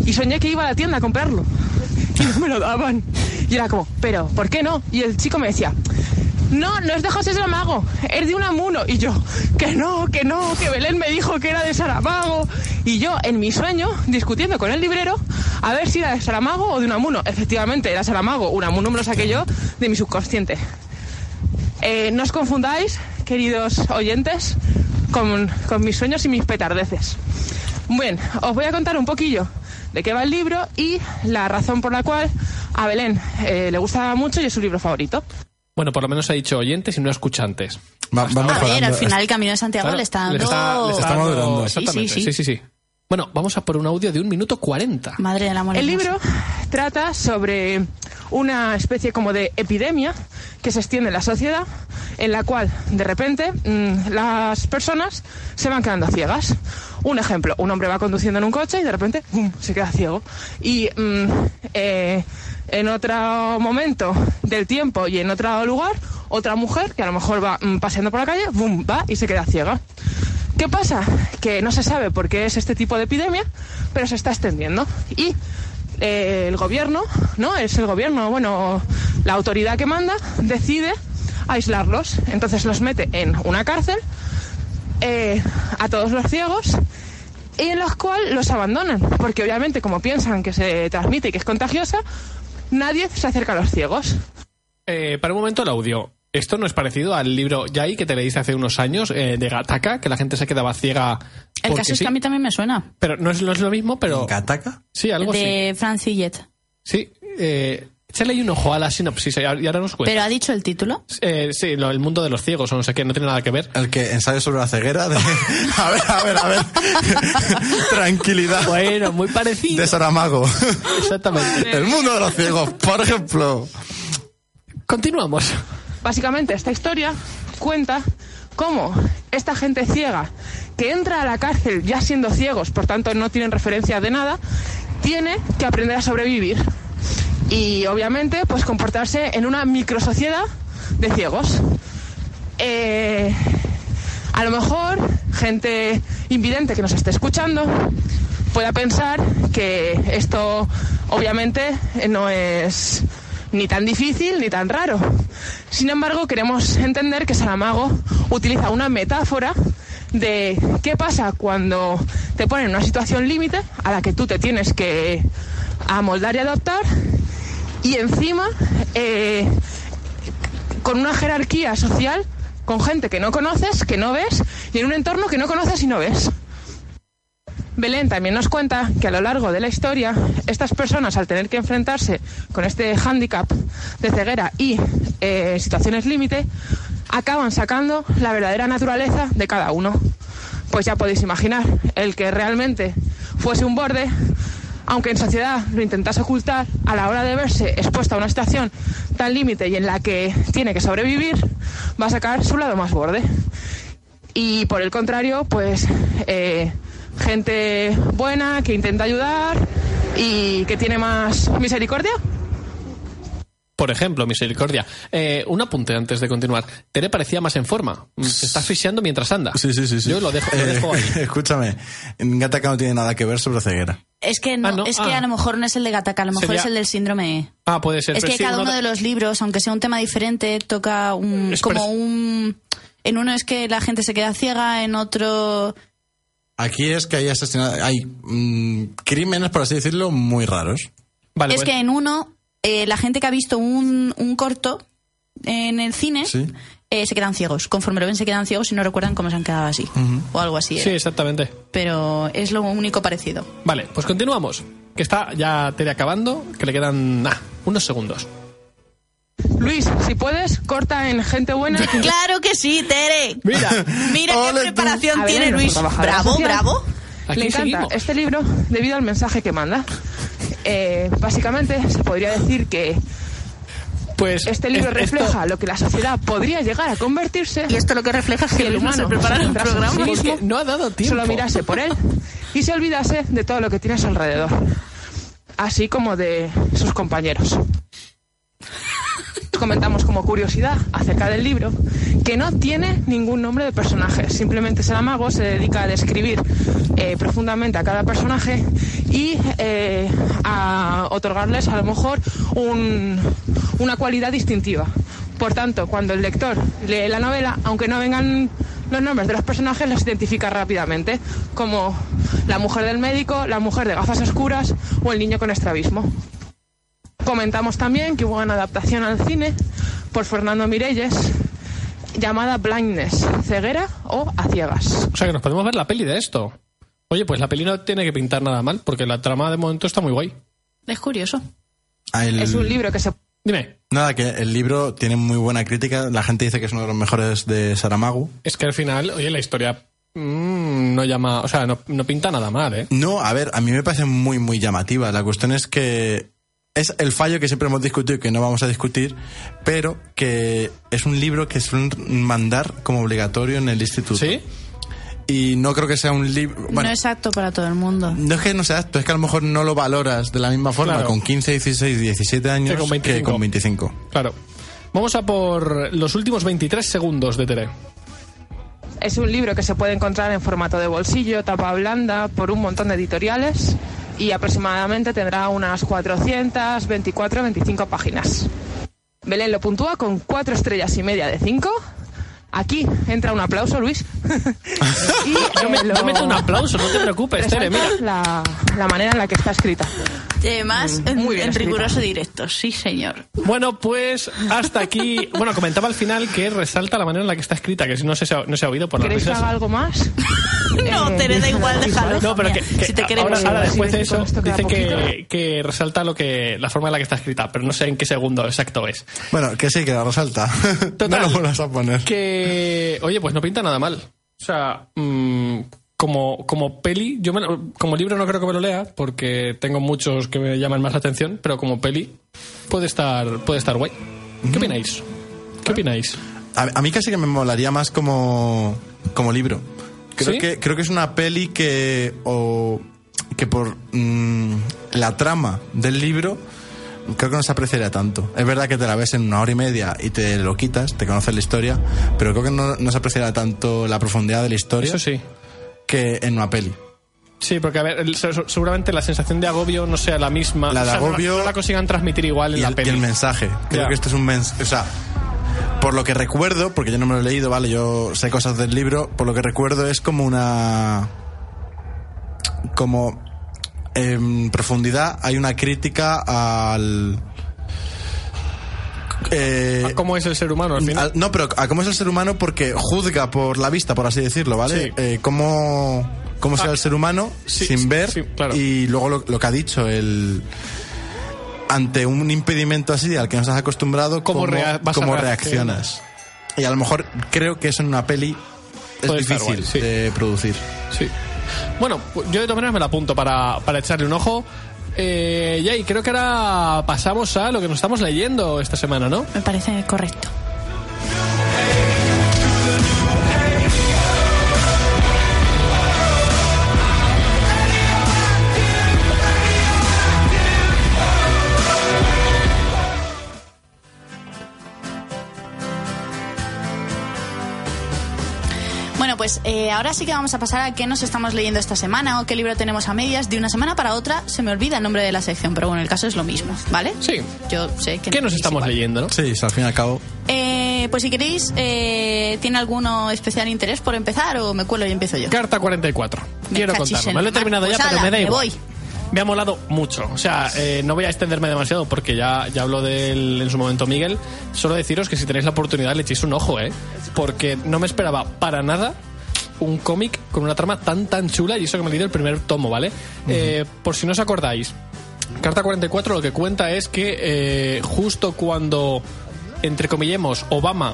Speaker 4: y soñé que iba a la tienda a comprarlo y no me lo daban. Y era como, pero ¿por qué no? Y el chico me decía, no, no es de José Saramago, es de un amuno. Y yo, que no, que no, que Belén me dijo que era de Saramago. Y yo, en mi sueño, discutiendo con el librero, a ver si era de Saramago o de un amuno. Efectivamente, era Saramago, un amuno me lo saqué yo de mi subconsciente. Eh, no os confundáis, queridos oyentes, con, con mis sueños y mis petardeces. Bien, os voy a contar un poquillo de qué va el libro y la razón por la cual a Belén eh, le gusta mucho y es su libro favorito.
Speaker 3: Bueno, por lo menos ha dicho oyentes y no escuchantes.
Speaker 2: Va- va
Speaker 1: A ver,
Speaker 2: mejorando.
Speaker 1: al final el Camino de Santiago
Speaker 3: Claro,
Speaker 1: le está dando...
Speaker 3: les está, les está
Speaker 2: Está
Speaker 3: dando-
Speaker 2: madurando.
Speaker 3: Exactamente.
Speaker 1: Sí,
Speaker 3: Sí
Speaker 1: sí,
Speaker 3: sí. sí, Bueno, vamos a por un audio de un minuto cuarenta.
Speaker 1: Madre del amor
Speaker 4: El
Speaker 1: hermoso.
Speaker 4: libro trata sobre una especie como de epidemia que se extiende en la sociedad, en la cual de repente mm, las personas se van quedando ciegas. Un ejemplo, un hombre va conduciendo en un coche y de repente ¡bum!, se queda ciego. Y mm, eh, en otro momento del tiempo y en otro lugar, otra mujer que a lo mejor va mm, paseando por la calle, ¡bum!, va y se queda ciega. ¿Qué pasa? Que no se sabe por qué es este tipo de epidemia, pero se está extendiendo. Y eh, el gobierno, ¿no? Es el gobierno, bueno, la autoridad que manda, decide aislarlos. Entonces los mete en una cárcel eh, a todos los ciegos y en los cuales los abandonan. Porque obviamente, como piensan que se transmite y que es contagiosa, nadie se acerca a los ciegos.
Speaker 3: Eh, para un momento el audio. Esto no es parecido al libro Yai que te leíste hace unos años eh, de Gataka, que la gente se quedaba ciega.
Speaker 1: El
Speaker 3: porque
Speaker 1: caso es
Speaker 3: sí.
Speaker 1: que a mí también me suena.
Speaker 3: Pero no es, no es lo mismo, pero
Speaker 2: ¿Kataka?
Speaker 3: sí, algo
Speaker 1: de Franz Jet.
Speaker 3: sí. Sí, eh, échale ahí un ojo a la sinopsis y ahora y ahora nos
Speaker 1: Pero
Speaker 3: cuenta.
Speaker 1: ha dicho el título.
Speaker 3: Eh, sí, lo- el mundo de los ciegos o no sé qué, no tiene nada que ver.
Speaker 2: El que ensayo sobre la ceguera. de- A ver, a ver, a ver. Tranquilidad.
Speaker 3: Bueno, muy parecido.
Speaker 2: De Saramago.
Speaker 3: Exactamente.
Speaker 2: El mundo de los ciegos, por ejemplo.
Speaker 3: Continuamos.
Speaker 4: Básicamente, esta historia cuenta cómo esta gente ciega que entra a la cárcel ya siendo ciegos, por tanto no tienen referencia de nada, tiene que aprender a sobrevivir y obviamente pues comportarse en una microsociedad de ciegos. Eh, a lo mejor gente invidente que nos esté escuchando pueda pensar que esto obviamente no es ni tan difícil ni tan raro. Sin embargo, queremos entender que Saramago utiliza una metáfora de qué pasa cuando te ponen en una situación límite a la que tú te tienes que amoldar y adaptar y encima eh, con una jerarquía social, con gente que no conoces, que no ves, y en un entorno que no conoces y no ves. Belén también nos cuenta que a lo largo de la historia, estas personas al tener que enfrentarse con este hándicap de ceguera y eh, situaciones límite, acaban sacando la verdadera naturaleza de cada uno. Pues ya podéis imaginar, el que realmente fuese un borde, aunque en sociedad lo intentase ocultar, a la hora de verse expuesta a una situación tan límite y en la que tiene que sobrevivir, va a sacar su lado más borde. Y por el contrario, pues eh, gente buena que intenta ayudar y que tiene más misericordia.
Speaker 3: Por ejemplo, misericordia. Eh, un apunte antes de continuar. Tere parecía más en forma. Mm, Se está asfixiando mientras anda.
Speaker 2: Sí, sí, sí. sí.
Speaker 3: Yo lo dejo, lo
Speaker 2: Eh,
Speaker 3: dejo ahí.
Speaker 2: Escúchame, Gataka no tiene nada que ver sobre ceguera.
Speaker 1: Es que no,
Speaker 3: Ah, no,
Speaker 1: es
Speaker 3: ah.
Speaker 1: que a lo mejor no es el de Gataka, a lo mejor
Speaker 3: Sería-
Speaker 1: es el del síndrome.
Speaker 3: Ah, puede ser.
Speaker 1: Es
Speaker 3: pero
Speaker 1: que
Speaker 3: sí,
Speaker 1: cada
Speaker 3: uno
Speaker 1: uno de los libros, aunque sea un tema diferente, toca un
Speaker 3: Es
Speaker 1: como
Speaker 3: parec-
Speaker 1: un en uno es que la gente se queda ciega, en otro
Speaker 2: Aquí es que hay asesinatos, hay mm, crímenes, por así decirlo, muy raros.
Speaker 3: Vale,
Speaker 1: es
Speaker 3: pues-
Speaker 1: que en uno eh, la gente que ha visto un, un corto en el cine
Speaker 2: Sí.
Speaker 1: eh, se quedan ciegos. Conforme lo ven se quedan ciegos y no recuerdan cómo se han quedado así o algo así.
Speaker 3: Sí,
Speaker 1: era.
Speaker 3: exactamente.
Speaker 1: Pero es lo único parecido.
Speaker 3: Vale, pues continuamos. Que está ya Tere acabando, que le quedan nah, unos segundos.
Speaker 4: Luis, si puedes, corta en gente buena.
Speaker 1: Claro que sí, Tere.
Speaker 3: Mira,
Speaker 1: Mira
Speaker 2: Ole
Speaker 1: qué
Speaker 2: tú.
Speaker 1: preparación
Speaker 4: A ver,
Speaker 1: tiene
Speaker 4: nuestra
Speaker 1: Luis.
Speaker 4: trabajadora
Speaker 1: Bravo,
Speaker 4: social.
Speaker 1: bravo.
Speaker 3: Aquí
Speaker 4: Le encanta
Speaker 3: seguimos.
Speaker 4: este libro debido al mensaje que manda. Eh, básicamente se podría decir que
Speaker 3: pues
Speaker 4: este libro
Speaker 3: es- esto-
Speaker 4: refleja lo que la sociedad podría llegar a convertirse
Speaker 1: Y esto lo que refleja es que el humano se prepara el
Speaker 4: centrase en sí
Speaker 1: programa.
Speaker 4: mismo,
Speaker 3: no ha dado tiempo.
Speaker 4: Solo mirase por él y se olvidase de todo lo que tiene a su alrededor, así como de sus compañeros. Comentamos como curiosidad acerca del libro que no tiene ningún nombre de personaje, simplemente Saramago se dedica a describir eh, profundamente a cada personaje y eh, a otorgarles a lo mejor un- una cualidad distintiva. Por tanto, cuando el lector lee la novela, aunque no vengan los nombres de los personajes, los identifica rápidamente, como la mujer del médico, la mujer de gafas oscuras o el niño con estrabismo. Comentamos también que hubo una adaptación al cine por Fernando Mirelles llamada Blindness, ceguera o a ciegas.
Speaker 3: O sea, que nos podemos ver la peli de esto. Oye, pues la peli no tiene que pintar nada mal, porque la trama de momento está muy guay.
Speaker 1: Es curioso.
Speaker 2: Ah, el-
Speaker 4: Es un libro que se
Speaker 3: Dime,
Speaker 2: Nada, que el libro tiene muy buena crítica. La gente dice que es uno de los mejores de Saramago.
Speaker 3: es que al final, oye, la historia mm, no llama, o sea, no, no pinta nada mal, ¿eh?
Speaker 2: No, a ver, a mí me parece muy, muy llamativa. La cuestión es que es el fallo que siempre hemos discutido y que no vamos a discutir, pero que es un libro que suelen mandar como obligatorio en el instituto.
Speaker 3: ¿Sí?
Speaker 2: Y no creo que sea un libro...
Speaker 1: no
Speaker 2: Bueno,
Speaker 1: es apto para todo el mundo.
Speaker 2: no es que no sea apto, es que a lo mejor no lo valoras de la misma forma
Speaker 3: Claro.
Speaker 2: con 15, 16, 17 años
Speaker 3: Que con 25.
Speaker 2: 25.
Speaker 3: Claro. Vamos a por los últimos 23 segundos de Tere.
Speaker 4: Es un libro que se puede encontrar en formato de bolsillo, tapa blanda, por un montón de editoriales y aproximadamente tendrá unas 424 25 páginas. Belén lo puntúa con cuatro estrellas y media de cinco. Aquí entra un aplauso, Luis. Y,
Speaker 3: Yo, me,
Speaker 4: eh, lo-
Speaker 3: yo meto un aplauso, no te preocupes, Tere, mira.
Speaker 4: resalta la, la manera en la que está escrita.
Speaker 1: Además, en,
Speaker 4: muy bien
Speaker 1: en
Speaker 4: escrita.
Speaker 1: riguroso directo, sí, señor.
Speaker 3: Bueno, pues hasta aquí. Bueno, comentaba al final que resalta la manera en la que está escrita, que no se, ha- no se ha oído por las
Speaker 4: ¿Queréis que
Speaker 3: risas.
Speaker 4: haga algo más?
Speaker 1: No,
Speaker 4: Eh,
Speaker 1: te da igual, déjalo.
Speaker 3: No, pero que, que
Speaker 1: si te
Speaker 3: ahora,
Speaker 1: queremos.
Speaker 3: ahora
Speaker 4: Sí,
Speaker 3: después de
Speaker 4: sí, con
Speaker 3: eso
Speaker 4: esto queda
Speaker 3: dice que,
Speaker 4: poquito.
Speaker 3: que resalta lo que la forma en la que está escrita, pero no sé en qué segundo exacto es.
Speaker 2: Bueno, que sí, que la resalta.
Speaker 3: Total.
Speaker 2: no lo vuelvas a poner.
Speaker 3: Que oye, pues no pinta nada mal. O sea, mm, como como peli, yo me lo- como libro no creo que me lo lea porque tengo muchos que me llaman más la atención, pero como peli puede estar puede estar guay. ¿Qué
Speaker 2: Mm.
Speaker 3: opináis? ¿Qué opináis?
Speaker 2: A, a mí casi que me molaría más como, como libro. Creo,
Speaker 3: ¿Sí?
Speaker 2: que, creo que es una peli que, o, que por mm, la trama del libro creo que no se apreciaría tanto. Es verdad que te la ves en una hora y media y te lo quitas, te conoces la historia, pero creo que no, no se apreciará tanto la profundidad de la historia
Speaker 3: Eso sí.
Speaker 2: que en una peli.
Speaker 3: Sí, porque a ver, el- se- seguramente la sensación de agobio no sea la misma.
Speaker 2: La de
Speaker 3: O sea, no
Speaker 2: agobio-
Speaker 3: no la consigan transmitir igual en
Speaker 2: y,
Speaker 3: la
Speaker 2: el,
Speaker 3: peli.
Speaker 2: y el mensaje. Creo
Speaker 3: Ya.
Speaker 2: que este es un mensaje. O sea, por lo que recuerdo, porque yo no me lo he leído, vale, yo sé cosas del libro, por lo que recuerdo es como una. Como. En profundidad hay una crítica al. eh,
Speaker 3: A ¿Cómo es el ser humano al final?
Speaker 2: al- no, pero a cómo es el ser humano porque juzga por la vista, por así decirlo, ¿vale?
Speaker 3: Sí. Ah,
Speaker 2: Eh, cómo, cómo sea el ser humano
Speaker 3: sí, sí,
Speaker 2: sin ver
Speaker 3: sí, claro.
Speaker 2: y luego lo, lo que ha dicho, el ante un impedimento así al que no estás acostumbrado,
Speaker 3: ¿Cómo
Speaker 2: cómo,
Speaker 3: rea- vas a
Speaker 2: cómo
Speaker 3: reaccionar?
Speaker 2: reaccionas. Y a lo mejor creo que eso en una peli es
Speaker 3: Puede estar
Speaker 2: difícil
Speaker 3: guay, sí. pues
Speaker 2: de producir.
Speaker 3: Sí. Bueno, yo de todas maneras me la apunto para, para echarle un ojo. Eh, Yay, creo que ahora pasamos a lo que nos estamos leyendo esta semana, ¿no?
Speaker 1: Me parece correcto. Bueno, pues eh, ahora sí que vamos a pasar a qué nos estamos leyendo esta semana o qué libro tenemos a medias. De una semana para otra se me olvida el nombre de la sección, pero bueno, el caso es lo mismo, ¿vale?
Speaker 3: Sí.
Speaker 1: Yo sé que
Speaker 3: ¿Qué
Speaker 1: no
Speaker 3: nos
Speaker 1: es
Speaker 3: estamos
Speaker 1: igual.
Speaker 3: leyendo, no?
Speaker 2: Sí, al fin y al cabo.
Speaker 1: Eh, pues si queréis, eh, ¿tiene alguno especial interés por empezar o me cuelo y empiezo yo?
Speaker 3: Carta 44.
Speaker 1: Me
Speaker 3: Quiero
Speaker 1: cachis
Speaker 3: contarlo.
Speaker 1: en la
Speaker 3: No lo he
Speaker 1: mar.
Speaker 3: terminado
Speaker 1: Pues
Speaker 3: ya,
Speaker 1: ala,
Speaker 3: pero me da
Speaker 1: me
Speaker 3: igual.
Speaker 1: voy.
Speaker 3: Me ha molado mucho. O sea, eh, no voy a extenderme demasiado porque ya, ya habló de él en su momento Miguel. Solo deciros que si tenéis la oportunidad le echéis un ojo, ¿eh? Porque no me esperaba para nada un cómic con una trama tan tan chula y eso que me he leído el primer tomo, ¿vale? Eh, por si no os acordáis, Carta 44 lo que cuenta es que eh, justo cuando, entre comillemos, Obama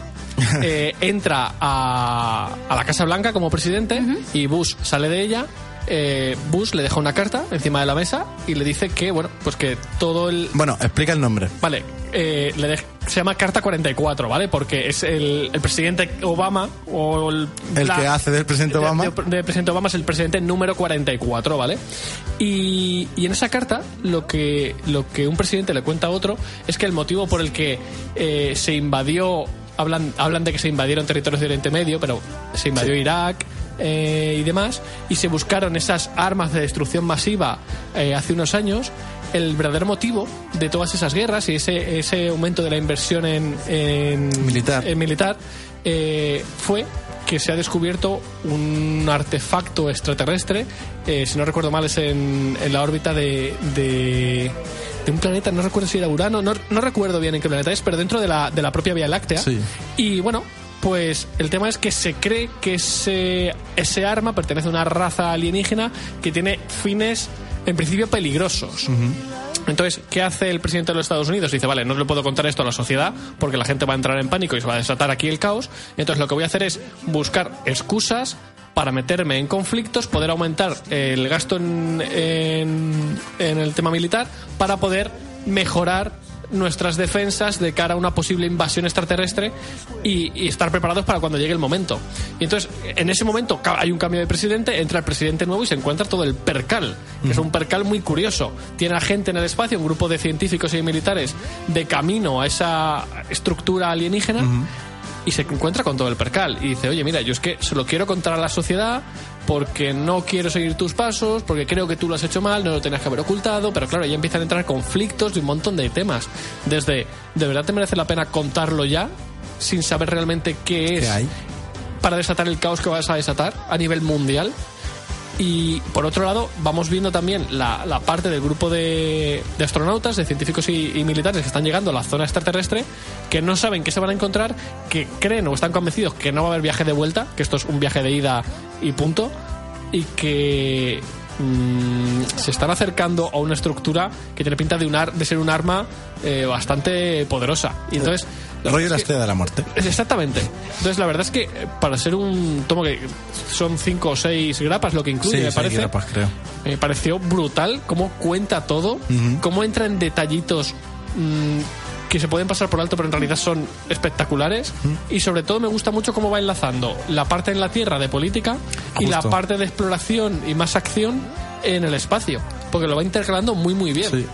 Speaker 3: eh, entra a, a la Casa Blanca como presidente y Bush sale de ella, eh, Bush le deja una carta encima de la mesa y le dice que, bueno, pues que todo el...
Speaker 2: Bueno, explica el nombre.
Speaker 3: Vale, eh, le dej- se llama Carta 44, ¿vale? Porque es el, el presidente Obama o el...
Speaker 2: El
Speaker 3: la-
Speaker 2: que hace del presidente
Speaker 3: de-
Speaker 2: Obama.
Speaker 3: De, Eh, de presidente Obama es el presidente número 44, ¿vale? Y, y en esa carta lo que, lo que un presidente le cuenta a otro es que el motivo por el que eh, se invadió, hablan, hablan de que se invadieron territorios de Oriente Medio, pero se invadió Irak. eh, y demás, y se buscaron esas armas de destrucción masiva eh, hace unos años, el verdadero motivo de todas esas guerras y ese, ese aumento de la inversión en, en-
Speaker 2: Militar.
Speaker 3: en militar eh, fue que se ha descubierto un artefacto extraterrestre, eh, si no recuerdo mal es en, en la órbita de, de, de un planeta, no recuerdo si era Urano, no, no recuerdo bien en qué planeta es, pero dentro de la, de la propia Vía Láctea.
Speaker 2: Sí.
Speaker 3: Y bueno, pues el tema es que se cree que ese, ese arma pertenece a una raza alienígena que tiene fines en principio peligrosos. Entonces, ¿qué hace el presidente de los Estados Unidos? Dice, vale, no le puedo contar esto a la sociedad porque la gente va a entrar en pánico y se va a desatar aquí el caos. Entonces, lo que voy a hacer es buscar excusas para meterme en conflictos, poder aumentar el gasto en, en- en el tema militar para poder mejorar nuestras defensas de cara a una posible invasión extraterrestre y, y estar preparados para cuando llegue el momento. Y entonces, en ese momento ca- hay un cambio de presidente, entra el presidente nuevo y se encuentra todo el percal, que es un percal muy curioso. Tiene a gente en el espacio, un grupo de científicos y militares de camino a esa estructura alienígena y se encuentra con todo el percal y dice, oye, mira, yo es que se lo quiero contar a la sociedad porque no quiero seguir tus pasos, porque creo que tú lo has hecho mal, no lo tenías que haber ocultado, pero claro, ya empiezan a entrar conflictos de un montón de temas. Desde, ¿de verdad te merece la pena contarlo ya? Sin saber realmente qué es
Speaker 2: ¿Qué hay?
Speaker 3: para desatar el caos que vas a desatar a nivel mundial. Y por otro lado, vamos viendo también la, la parte del grupo de, de astronautas, de científicos y, y militares que están llegando a la zona extraterrestre, que no saben qué se van a encontrar, que creen o están convencidos que no va a haber viaje de vuelta, que esto es un viaje de ida y punto, y que mm, se están acercando a una estructura que tiene pinta de, un ar- de ser un arma eh, bastante poderosa. Y entonces. la
Speaker 2: Rollo de
Speaker 3: verdad
Speaker 2: la
Speaker 3: es que-
Speaker 2: estrella de la muerte.
Speaker 3: Exactamente. Entonces, la verdad es que eh, para ser un tomo que son cinco o seis grapas lo que incluye,
Speaker 2: sí,
Speaker 3: me
Speaker 2: sí,
Speaker 3: parece,
Speaker 2: grapas, creo.
Speaker 3: me pareció brutal cómo cuenta todo, cómo entra en detallitos mm, que se pueden pasar por alto, pero en realidad son espectaculares. Y sobre todo me gusta mucho cómo va enlazando la parte en la Tierra de política y la
Speaker 2: Justo.
Speaker 3: parte de exploración y más acción en el espacio, porque lo va integrando muy, muy bien.
Speaker 2: Sí.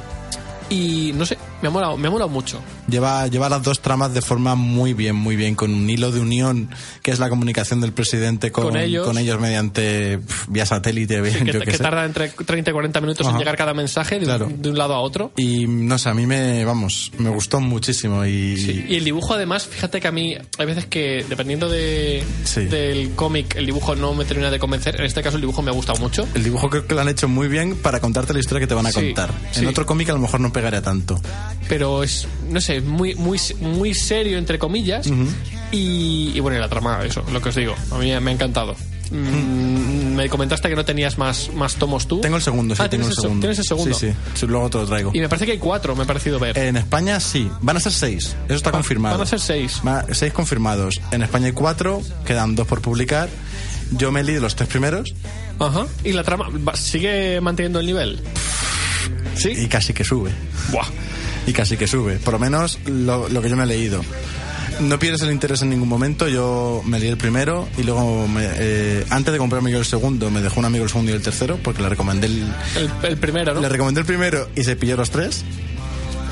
Speaker 3: Y no sé, me ha molado, me ha molado mucho.
Speaker 2: Lleva, lleva las dos tramas de forma muy bien, muy bien, con un hilo de unión, que es la comunicación del presidente con,
Speaker 3: Con ellos.
Speaker 2: mediante pf, vía satélite,
Speaker 3: Sí, que,
Speaker 2: yo
Speaker 3: que
Speaker 2: qué sé.
Speaker 3: tarda entre 30 y 40 minutos en
Speaker 2: Ajá.
Speaker 3: llegar cada mensaje de, un-
Speaker 2: Claro.
Speaker 3: de un lado a otro.
Speaker 2: Y no sé, a mí me, vamos, me gustó muchísimo y...
Speaker 3: Sí, Y el dibujo, además, fíjate que a mí hay veces que, dependiendo de,
Speaker 2: Sí.
Speaker 3: del cómic, el dibujo no me termina de convencer. En este caso, el dibujo me ha gustado mucho.
Speaker 2: El dibujo creo que lo han hecho muy bien para contarte la historia que te van a
Speaker 3: Sí,
Speaker 2: contar.
Speaker 3: sí.
Speaker 2: En otro cómic a lo mejor no pegaría tanto.
Speaker 3: Pero es, no sé, muy, muy, muy serio, entre comillas. y, y bueno, y la trama, eso, lo que os digo. A mí me ha encantado. Mm, Me comentaste que no tenías más, más tomos tú.
Speaker 2: Tengo el segundo, sí,
Speaker 3: Ah,
Speaker 2: tengo
Speaker 3: tienes
Speaker 2: el
Speaker 3: se-
Speaker 2: segundo.
Speaker 3: Tienes el segundo.
Speaker 2: Sí, Eh, sí, Sí, luego te lo traigo.
Speaker 3: Y me parece que hay cuatro, me ha parecido ver.
Speaker 2: En España sí, van a ser seis, eso está
Speaker 3: Va-
Speaker 2: confirmado.
Speaker 3: van a ser seis.
Speaker 2: Va- seis confirmados. En España hay cuatro, quedan dos por publicar. Yo me he leído los tres primeros.
Speaker 3: Ajá. ¿Y la trama va- sigue manteniendo el nivel? Sí.
Speaker 2: Y casi que sube.
Speaker 3: Buah.
Speaker 2: Y casi que sube. Por lo menos lo, lo que yo me he leído. No pierdes el interés en ningún momento. Yo me leí el primero y luego, me- eh, antes de comprarme yo el segundo, me dejó un amigo el segundo y el tercero porque le recomendé el,
Speaker 3: El, el primero, ¿no?
Speaker 2: le recomendé el primero y se pilló los tres.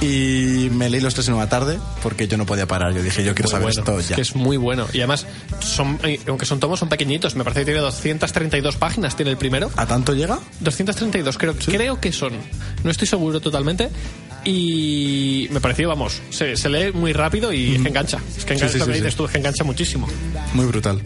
Speaker 2: Y me leí los tres en una tarde porque yo no podía parar. Yo dije, yo quiero
Speaker 3: Muy
Speaker 2: saber
Speaker 3: bueno,
Speaker 2: esto
Speaker 3: es
Speaker 2: ya.
Speaker 3: que es muy bueno. Y además, son, eh, aunque son tomos, son pequeñitos. Me parece que tiene 232 páginas, tiene el primero.
Speaker 2: ¿A tanto llega?
Speaker 3: 232 creo, creo que son. No estoy seguro totalmente. Y me pareció, vamos, se, se lee muy rápido y es que engancha. Es que engancha,
Speaker 2: Sí, sí,
Speaker 3: lo que
Speaker 2: sí,
Speaker 3: dices
Speaker 2: sí.
Speaker 3: tú, es que engancha muchísimo.
Speaker 2: Muy brutal.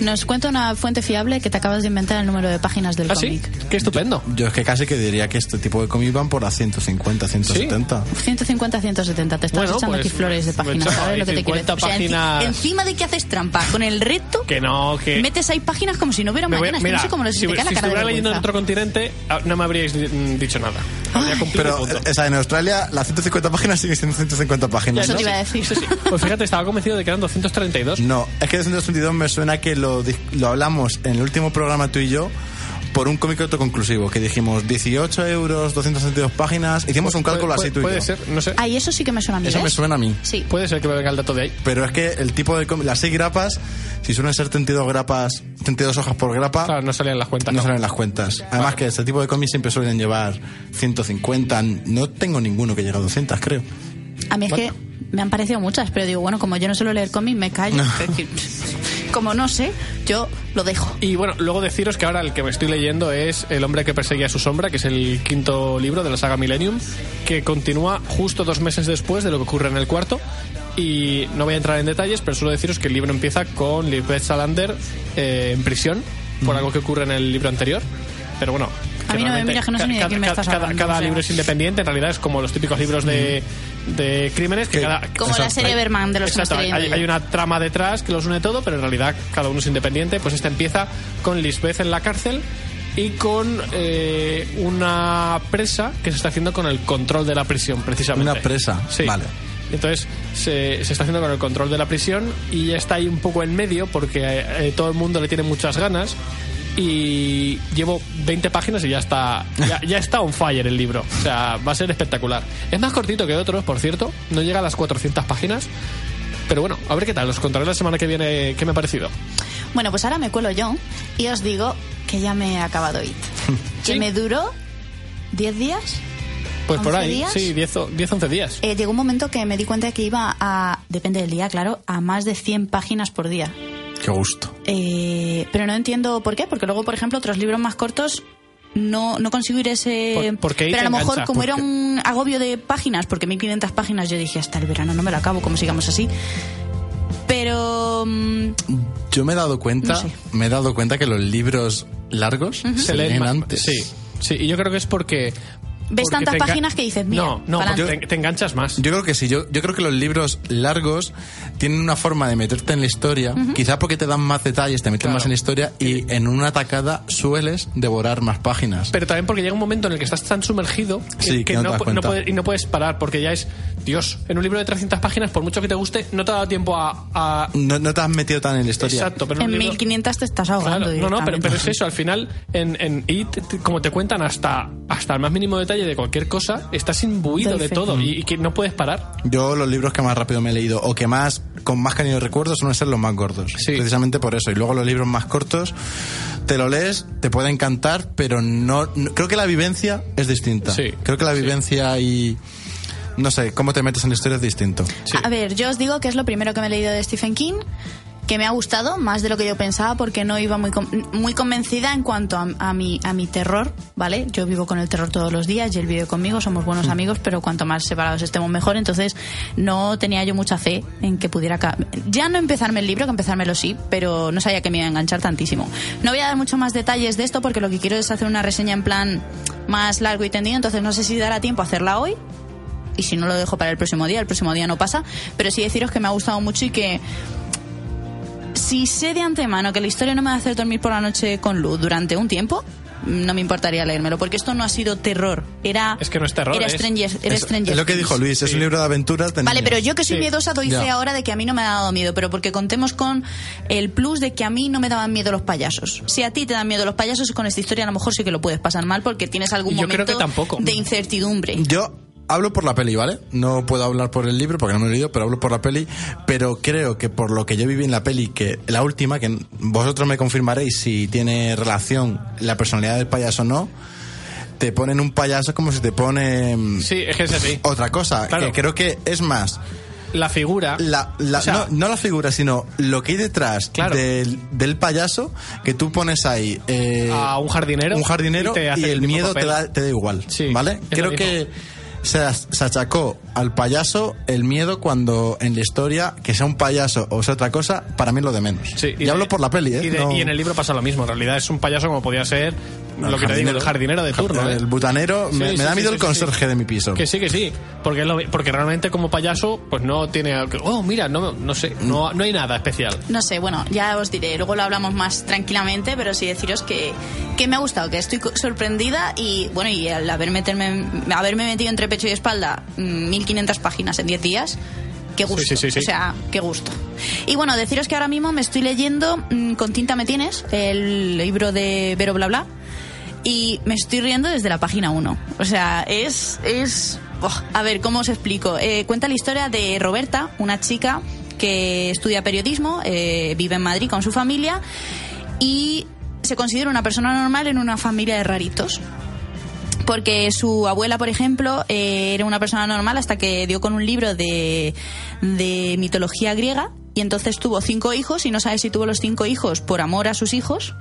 Speaker 1: Nos cuenta una fuente fiable que te acabas de inventar el número de páginas del
Speaker 3: ¿Ah, sí?
Speaker 1: cómic.
Speaker 3: Qué estupendo.
Speaker 2: Yo es que casi que diría que este tipo de cómics van por a 150, 170.
Speaker 1: 150 170, te estás
Speaker 3: Bueno,
Speaker 1: echando
Speaker 3: pues,
Speaker 1: aquí flores de
Speaker 3: me
Speaker 1: páginas,
Speaker 3: echo
Speaker 1: ¿sabes
Speaker 3: ahí
Speaker 1: lo que te quiero
Speaker 3: 50
Speaker 1: decir? O sea, enci-
Speaker 3: páginas.
Speaker 1: encima de que haces trampa con el reto,
Speaker 3: Que no, que...
Speaker 1: metes ahí páginas como si no hubiera
Speaker 3: me voy-
Speaker 1: mañana, es que
Speaker 3: mira,
Speaker 1: no sé cómo les
Speaker 3: si,
Speaker 1: te cae la
Speaker 3: si
Speaker 1: cara de
Speaker 3: estuviera leyendo en
Speaker 1: vergüenza.
Speaker 3: otro continente, ah, no me habríais mm, dicho nada. Habría cumplido
Speaker 2: Pero,
Speaker 3: el punto.
Speaker 2: eh, o sea, en Australia las 150 páginas siguen siendo 150 páginas.
Speaker 1: Eso
Speaker 2: ¿no?
Speaker 1: te iba a decir.
Speaker 3: Pues fíjate, estaba convencido de que eran 232.
Speaker 2: No, es que 222 me suena que lo, di- lo hablamos en el último programa tú y yo por un cómic autoconclusivo que dijimos 18 euros, 262 páginas. Hicimos un cálculo
Speaker 3: Pues Puede-
Speaker 2: así tú y
Speaker 3: Puede
Speaker 2: yo.
Speaker 3: ser, no sé.
Speaker 1: Ay, eso sí que me suena a mí,
Speaker 2: Eso me
Speaker 1: ¿ves?
Speaker 2: suena a mí.
Speaker 1: Sí.
Speaker 3: Puede ser que me venga el dato de ahí.
Speaker 2: Pero es que el tipo de cómic- las 6 grapas, si suelen ser 32 grapas, 32 hojas por grapa,
Speaker 3: Claro, no salían las cuentas.
Speaker 2: no salen las cuentas. Además que este tipo de cómics siempre suelen llevar 150, no tengo ninguno que llegue a 200, creo.
Speaker 1: A mí es
Speaker 3: Bueno.
Speaker 1: que me han parecido muchas, pero digo, bueno, como yo no suelo leer cómics, me callo. Es que, como no sé, yo lo dejo.
Speaker 3: Y bueno, luego deciros que ahora el que me estoy leyendo es El hombre que perseguía su sombra, que es el quinto libro de la saga Millennium, que continúa justo dos meses después de lo que ocurre en el cuarto. Y no voy a entrar en detalles, pero solo deciros que el libro empieza con Lisbeth Salander eh, en prisión por algo que ocurre en el libro anterior. Pero bueno.
Speaker 1: A mí no me
Speaker 3: realmente
Speaker 1: miras que no sé
Speaker 3: ca-
Speaker 1: ni de
Speaker 3: ca-
Speaker 1: quién me
Speaker 3: ca-
Speaker 1: estás
Speaker 3: cada,
Speaker 1: hablando,
Speaker 3: Cada
Speaker 1: o sea.
Speaker 3: libro es independiente, en realidad es como los típicos libros de, de crímenes que
Speaker 2: Que-
Speaker 3: cada.
Speaker 1: Como la
Speaker 2: Exacto.
Speaker 1: serie Berman de los que me
Speaker 3: Exacto,
Speaker 1: estoy
Speaker 3: hay,
Speaker 1: leyendo
Speaker 3: hay
Speaker 1: yo.
Speaker 3: una trama detrás que los une todo, pero en realidad cada uno es independiente. Pues este empieza con Lisbeth en la cárcel y con eh, una presa que se está haciendo con el control de la prisión, precisamente.
Speaker 2: Una presa,
Speaker 3: sí.
Speaker 2: vale.
Speaker 3: Entonces se, se está haciendo con el control de la prisión y ya está ahí un poco en medio porque eh, todo el mundo le tiene muchas ganas. Y llevo 20 páginas y ya está ya, ya está on fire el libro. O sea, va a ser espectacular. Es más cortito que otros, por cierto. No llega a las 400 páginas. Pero bueno, a ver qué tal. Os contaré la semana que viene qué me ha parecido.
Speaker 1: Bueno, pues ahora me cuelo yo y os digo que ya me he acabado IT.
Speaker 3: Sí.
Speaker 1: Que me duró 10 días.
Speaker 3: Pues por
Speaker 1: ¿Once
Speaker 3: ahí,
Speaker 1: días?
Speaker 3: sí, 10, o- 10 11 días.
Speaker 1: Eh, llegó un momento que me di cuenta que iba a, depende del día, claro, a más de 100 páginas por día.
Speaker 2: Qué gusto.
Speaker 1: Eh, pero no entiendo por qué, porque luego, por ejemplo, otros libros más cortos no, no consigo ir ese...
Speaker 3: Por- porque ahí
Speaker 1: pero a lo
Speaker 3: te
Speaker 1: mejor,
Speaker 3: engancha,
Speaker 1: como
Speaker 3: porque-
Speaker 1: era un agobio de páginas, porque 1500 páginas, yo dije, hasta el verano no me lo acabo, como sigamos así. Pero... mm,
Speaker 2: Yo me he dado cuenta,
Speaker 1: No sé.
Speaker 2: me he dado cuenta que los libros largos se leen
Speaker 3: más-
Speaker 2: antes.
Speaker 3: Sí, sí, y yo creo que es porque.
Speaker 1: Ves
Speaker 3: porque
Speaker 1: tantas
Speaker 3: te enga-
Speaker 1: páginas que dices, mira,
Speaker 3: No, no,
Speaker 1: pa'lante.
Speaker 3: porque te, te enganchas más.
Speaker 2: Yo creo que sí, yo, yo creo que los libros largos tienen una forma de meterte en la historia, quizá porque te dan más detalles, te meten
Speaker 3: Claro.
Speaker 2: más en la historia y en una atacada sueles devorar más páginas.
Speaker 3: Pero también porque llega un momento en el que estás tan sumergido que,
Speaker 2: Sí, que no te das
Speaker 3: pu-
Speaker 2: cuenta.
Speaker 3: puedes, y no puedes parar, porque ya es, Dios, en un libro de 300 páginas, por mucho que te guste, no te ha dado tiempo a... a-
Speaker 2: no, no te has metido tan en la historia.
Speaker 3: exacto, pero en
Speaker 1: En
Speaker 3: un libro-
Speaker 1: 1500 te estás ahogando.
Speaker 3: Claro, no, no, pero,
Speaker 1: directamente.
Speaker 3: pero es eso, al final, en, en IT, te- como te cuentan hasta, hasta el más mínimo detalle de cualquier cosa, estás imbuido
Speaker 1: Doy
Speaker 3: de
Speaker 1: fe.
Speaker 3: todo y, y que no puedes parar.
Speaker 2: Yo los libros que más rápido me he leído o que más con más cariño recuerdo suelen ser los más gordos.
Speaker 3: Sí.
Speaker 2: Precisamente por eso. Y luego los libros más cortos, te lo lees, te puede encantar, pero no, no- creo que la vivencia es distinta.
Speaker 3: Sí,
Speaker 2: Creo que la
Speaker 3: sí.
Speaker 2: vivencia y no sé, cómo te metes en la historia es distinto.
Speaker 3: Sí.
Speaker 1: A ver, yo os digo que es lo primero que me he leído de Stephen King, que me ha gustado más de lo que yo pensaba porque no iba muy, con- muy convencida en cuanto a, a mi, a mi terror, ¿vale? Yo vivo con el terror todos los días y él vive conmigo, somos buenos
Speaker 3: Mm.
Speaker 1: amigos, pero cuanto más separados estemos mejor, entonces no tenía yo mucha fe en que pudiera... ca- Ya no empezarme el libro, que empezármelo sí, pero no sabía que me iba a enganchar tantísimo. No voy a dar mucho más detalles de esto porque lo que quiero es hacer una reseña en plan más largo y tendido, entonces no sé si dará tiempo a hacerla hoy y si no lo dejo para el próximo día, el próximo día no pasa, pero sí deciros que me ha gustado mucho y que si sé de antemano que la historia no me va a hacer dormir por la noche con luz durante un tiempo, no me importaría leérmelo, porque esto no ha sido terror. Era,
Speaker 3: Es que no es terror,
Speaker 1: Era
Speaker 3: es-
Speaker 1: Stranger, era
Speaker 2: Es,
Speaker 1: Stranger
Speaker 2: es lo que
Speaker 1: Things.
Speaker 2: dijo Luis, es un libro de aventuras. de
Speaker 1: Vale,
Speaker 2: niños.
Speaker 1: pero yo que soy
Speaker 3: Sí.
Speaker 1: miedosa doy fe
Speaker 2: Ya.
Speaker 1: ahora de que a mí no me ha dado miedo, pero porque contemos con el plus de que a mí no me daban miedo los payasos. Si a ti te dan miedo los payasos, con esta historia a lo mejor sí que lo puedes pasar mal porque tienes algún
Speaker 3: Y yo creo
Speaker 1: momento
Speaker 3: que tampoco.
Speaker 1: de incertidumbre.
Speaker 2: Yo hablo por la peli, ¿vale? No puedo hablar por el libro porque no me lo he leído, pero hablo por la peli. Pero creo que por lo que yo viví en la peli, que la última, que vosotros me confirmaréis si tiene relación la personalidad del payaso o no, te ponen un payaso como si te ponen
Speaker 3: Sí, es que es así.
Speaker 2: otra cosa.
Speaker 3: Claro.
Speaker 2: Que creo que es más
Speaker 3: La figura.
Speaker 2: la, la-
Speaker 3: O sea,
Speaker 2: no, no la figura, sino lo que hay detrás
Speaker 3: Claro.
Speaker 2: del, del payaso que tú pones ahí. eh,
Speaker 3: A un jardinero
Speaker 2: Un jardinero
Speaker 3: y
Speaker 2: y,
Speaker 3: te hace el
Speaker 2: el
Speaker 3: mismo
Speaker 2: miedo te
Speaker 3: papel.
Speaker 2: da, te da igual.
Speaker 3: Sí, es
Speaker 2: ¿Vale?
Speaker 3: lo
Speaker 2: Creo
Speaker 3: mismo.
Speaker 2: que se, as- se achacó al payaso el miedo cuando en la historia, que sea un payaso o sea otra cosa, para mí es lo de menos.
Speaker 3: Sí,
Speaker 2: y
Speaker 3: de-
Speaker 2: hablo por la peli, ¿eh?
Speaker 3: Y, de-
Speaker 2: No-
Speaker 3: y en el libro pasa lo mismo. En realidad es un payaso como podía ser
Speaker 2: no,
Speaker 3: lo que te digo, el jardinero de turno. ¿eh?
Speaker 2: El butanero.
Speaker 3: Sí,
Speaker 2: me,
Speaker 3: sí,
Speaker 2: me da
Speaker 3: sí,
Speaker 2: miedo
Speaker 3: sí,
Speaker 2: el
Speaker 3: sí,
Speaker 2: conserje
Speaker 3: sí.
Speaker 2: de mi piso.
Speaker 3: Que sí, que sí. Porque, es lo mi- porque realmente como payaso, pues no tiene... algo- Oh, mira, no, no sé,
Speaker 2: Mm.
Speaker 3: no, no hay nada especial.
Speaker 1: No sé, bueno, ya os diré, luego lo hablamos más tranquilamente, pero sí deciros que, que me ha gustado, que estoy co- sorprendida y bueno, y al haber meterme- haberme metido entre pecho y espalda mm, 1500 páginas en 10 días, qué gusto.
Speaker 3: sí, sí, sí.
Speaker 1: O sea, qué gusto. Y bueno, deciros que ahora mismo me estoy leyendo mm, Con tinta me tienes, el libro de Vero Bla Bla, y me estoy riendo desde la página 1. O sea, es... es oh, a ver, ¿cómo os explico? Eh, cuenta la historia de Roberta, una chica que estudia periodismo, eh, vive en Madrid con su familia y se considera una persona normal en una familia de raritos. Porque su abuela, por ejemplo, eh, era una persona normal hasta que dio con un libro de, de mitología griega y entonces tuvo cinco hijos y no sabe si tuvo los cinco hijos por amor a sus hijos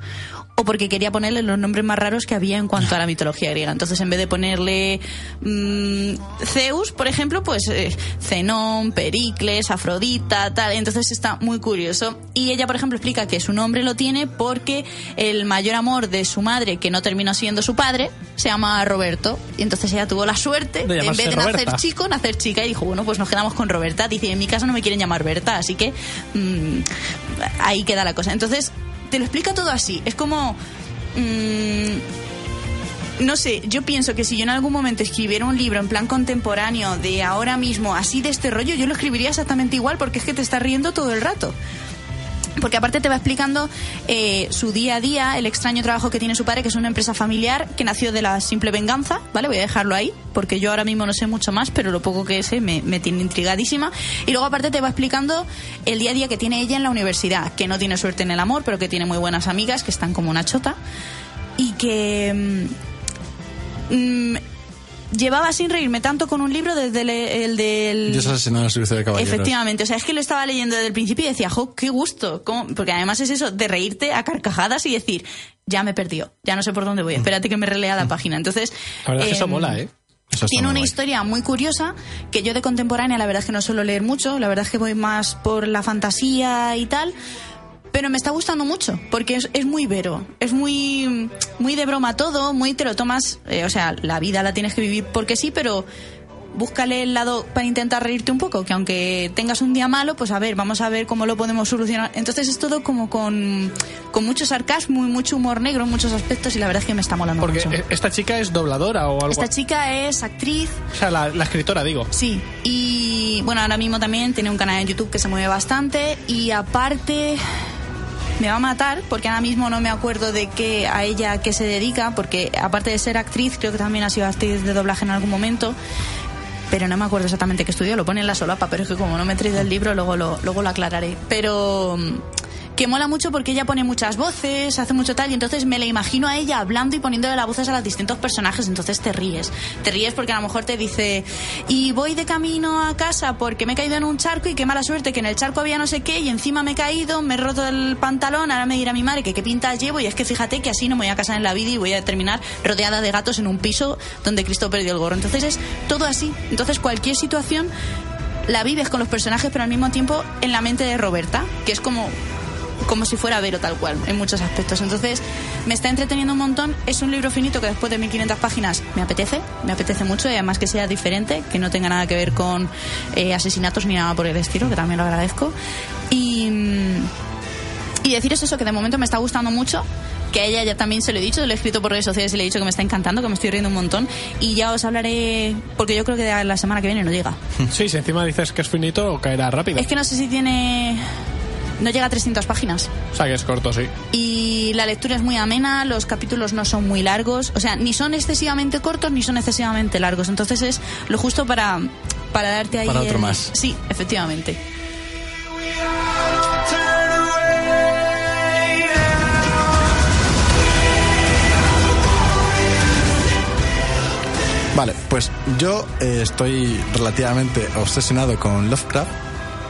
Speaker 1: o porque quería ponerle los nombres más raros que había en cuanto a la mitología griega. Entonces, en vez de ponerle eh, mm, Zeus, por ejemplo, pues eh, Zenón, Pericles, Afrodita, tal. Entonces está muy curioso. Y ella, por ejemplo, explica que su nombre lo tiene porque el mayor amor de su madre, que no terminó siendo su padre, se llama Roberto. Y entonces ella tuvo la suerte,
Speaker 3: De
Speaker 1: en vez
Speaker 3: llamarse
Speaker 1: de nacer
Speaker 3: Roberta.
Speaker 1: chico, nacer chica. Y dijo, bueno, pues nos quedamos con Roberta. Dice, en mi casa no me quieren llamar Berta, así que mm, ahí queda la cosa. Entonces, te lo explica todo así. Es como... mm, no sé, yo pienso que si yo en algún momento escribiera un libro en plan contemporáneo de ahora mismo, así de este rollo, yo lo escribiría exactamente igual porque es que te estás riendo todo el rato. Porque aparte te va explicando eh, su día a día, el extraño trabajo que tiene su padre, que es una empresa familiar que nació de la simple venganza, ¿vale? Voy a dejarlo ahí, porque yo ahora mismo no sé mucho más, pero lo poco que sé me, me tiene intrigadísima. Y luego aparte te va explicando el día a día que tiene ella en la universidad, que no tiene suerte en el amor, pero que tiene muy buenas amigas, que están como una chota, y que... mm, mm, llevaba sin reírme tanto con un libro desde el, el del...
Speaker 2: Yo os asesinado en el servicio de caballeros.
Speaker 1: Efectivamente, o sea, es que lo estaba leyendo desde el principio y decía, jo, qué gusto, ¿cómo? porque además es eso, de reírte a carcajadas y decir, ya me perdió, ya no sé por dónde voy, espérate que me relea la página. Entonces,
Speaker 3: La verdad es que eso
Speaker 1: em,
Speaker 3: mola, ¿eh?
Speaker 2: Eso está
Speaker 1: tiene
Speaker 2: muy
Speaker 1: una
Speaker 2: guay.
Speaker 1: historia muy curiosa que yo de contemporánea la verdad es que no suelo leer mucho, la verdad es que voy más por la fantasía y tal, pero me está gustando mucho porque es, es muy vero, es muy, muy de broma todo, muy te lo tomas, eh, o sea, la vida la tienes que vivir porque sí, pero búscale el lado para intentar reírte un poco, que aunque tengas un día malo, pues a ver, vamos a ver cómo lo podemos solucionar. Entonces es todo como con, con mucho sarcasmo y mucho humor negro en muchos aspectos y la verdad es que me está molando
Speaker 3: Porque
Speaker 1: mucho.
Speaker 3: eh, esta chica es dobladora o algo.
Speaker 1: Esta chica es actriz,
Speaker 3: O sea, la, la escritora, digo.
Speaker 1: Sí, y bueno, ahora mismo también tiene un canal en YouTube que se mueve bastante y aparte me va a matar porque ahora mismo no me acuerdo de qué a ella a qué se dedica porque aparte de ser actriz creo que también ha sido actriz de doblaje en algún momento. Pero no me acuerdo exactamente qué estudió, lo pone en la solapa, pero es que como no me he traído el libro, luego lo, luego lo aclararé. Pero mm, que mola mucho porque ella pone muchas voces, hace mucho tal, y entonces me la imagino a ella hablando y poniéndole las voces a los distintos personajes, entonces te ríes. Te ríes porque a lo mejor te dice, y voy de camino a casa porque me he caído en un charco y qué mala suerte, que en el charco había no sé qué, y encima me he caído, me he roto el pantalón, ahora me dirá mi madre que qué pintas llevo, y es que fíjate que así no me voy a casar en la vida y voy a terminar rodeada de gatos en un piso donde Cristo perdió el gorro. Entonces es todo así. Entonces cualquier situación la vives con los personajes, pero al mismo tiempo en la mente de Roberta, que es como como si fuera Vero tal cual, en muchos aspectos. Entonces, me está entreteniendo un montón. Es un libro finito que después de 1500 páginas me apetece, me apetece mucho y además que sea diferente, que no tenga nada que ver con eh, asesinatos ni nada por el estilo, que también lo agradezco. Y, mm, y deciros eso, que de momento me está gustando mucho. que a ella ya también se lo he dicho, lo he escrito por redes sociales y le he dicho que me está encantando, que me estoy riendo un montón. Y ya os hablaré, porque yo creo que de la semana que viene no llega.
Speaker 3: Sí, si encima dices que es finito, caerá rápido.
Speaker 1: Es que no sé si tiene... No llega a 300 páginas.
Speaker 3: O sea, que es corto, sí.
Speaker 1: Y la lectura es muy amena, los capítulos no son muy largos, o sea, ni son excesivamente cortos ni son excesivamente largos. Entonces es lo justo para, para darte ahí.
Speaker 2: Para otro
Speaker 1: el-
Speaker 2: más.
Speaker 1: Sí, efectivamente.
Speaker 2: Vale, pues yo eh, estoy relativamente obsesionado con Lovecraft.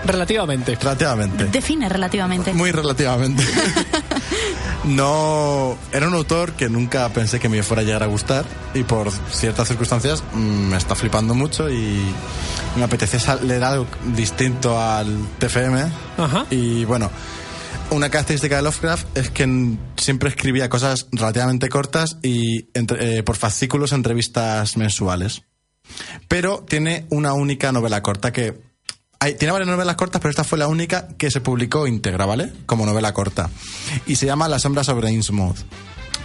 Speaker 3: Relativamente.
Speaker 2: Relativamente.
Speaker 1: Define relativamente.
Speaker 2: Muy relativamente. no. Era un autor que nunca pensé que me fuera a llegar a gustar y por ciertas circunstancias mm, me está flipando mucho y me apetece sal- leer algo distinto al TFM.
Speaker 3: Ajá.
Speaker 2: Y bueno. Una característica de Lovecraft es que mm, siempre escribía cosas relativamente cortas y entre- eh, por fascículos entrevistas mensuales pero tiene una única novela corta que... hay- tiene varias novelas cortas, pero esta fue la única que se publicó íntegra, ¿vale? Como novela corta. Y se llama La sombra sobre Innsmouth.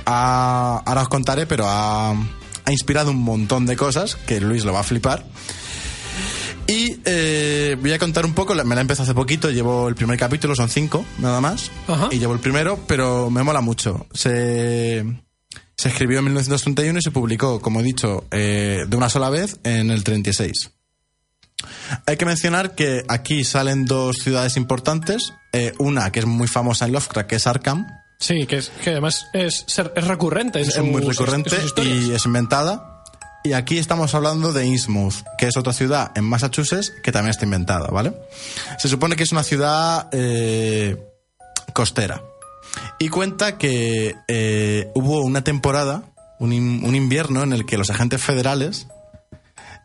Speaker 2: Ah, ahora os contaré, pero ha, ha inspirado un montón de cosas que Luis lo va a flipar. Y eh, voy a contar un poco, la- me la empezó hace poquito, llevo el primer capítulo, son cinco nada más,
Speaker 3: Ajá.
Speaker 2: y llevo el primero, pero me mola mucho. Se, se escribió en 1931 y se publicó, como he dicho, eh, de una sola vez en el 36. Hay que mencionar que aquí salen dos ciudades importantes, eh, una que es muy famosa en Lovecraft, que es Arkham,
Speaker 3: Sí, que, es, que además es, ser- es recurrente. en
Speaker 2: es muy
Speaker 3: sus-
Speaker 2: recurrente
Speaker 3: en sus historias.
Speaker 2: y eh, es inventada. Y aquí estamos hablando de Innsmouth, que es otra ciudad en Massachusetts que también está inventada, ¿vale? Se supone que es una ciudad eh, costera. Y cuenta que eh, hubo una temporada, un, in- un invierno, en el que los agentes federales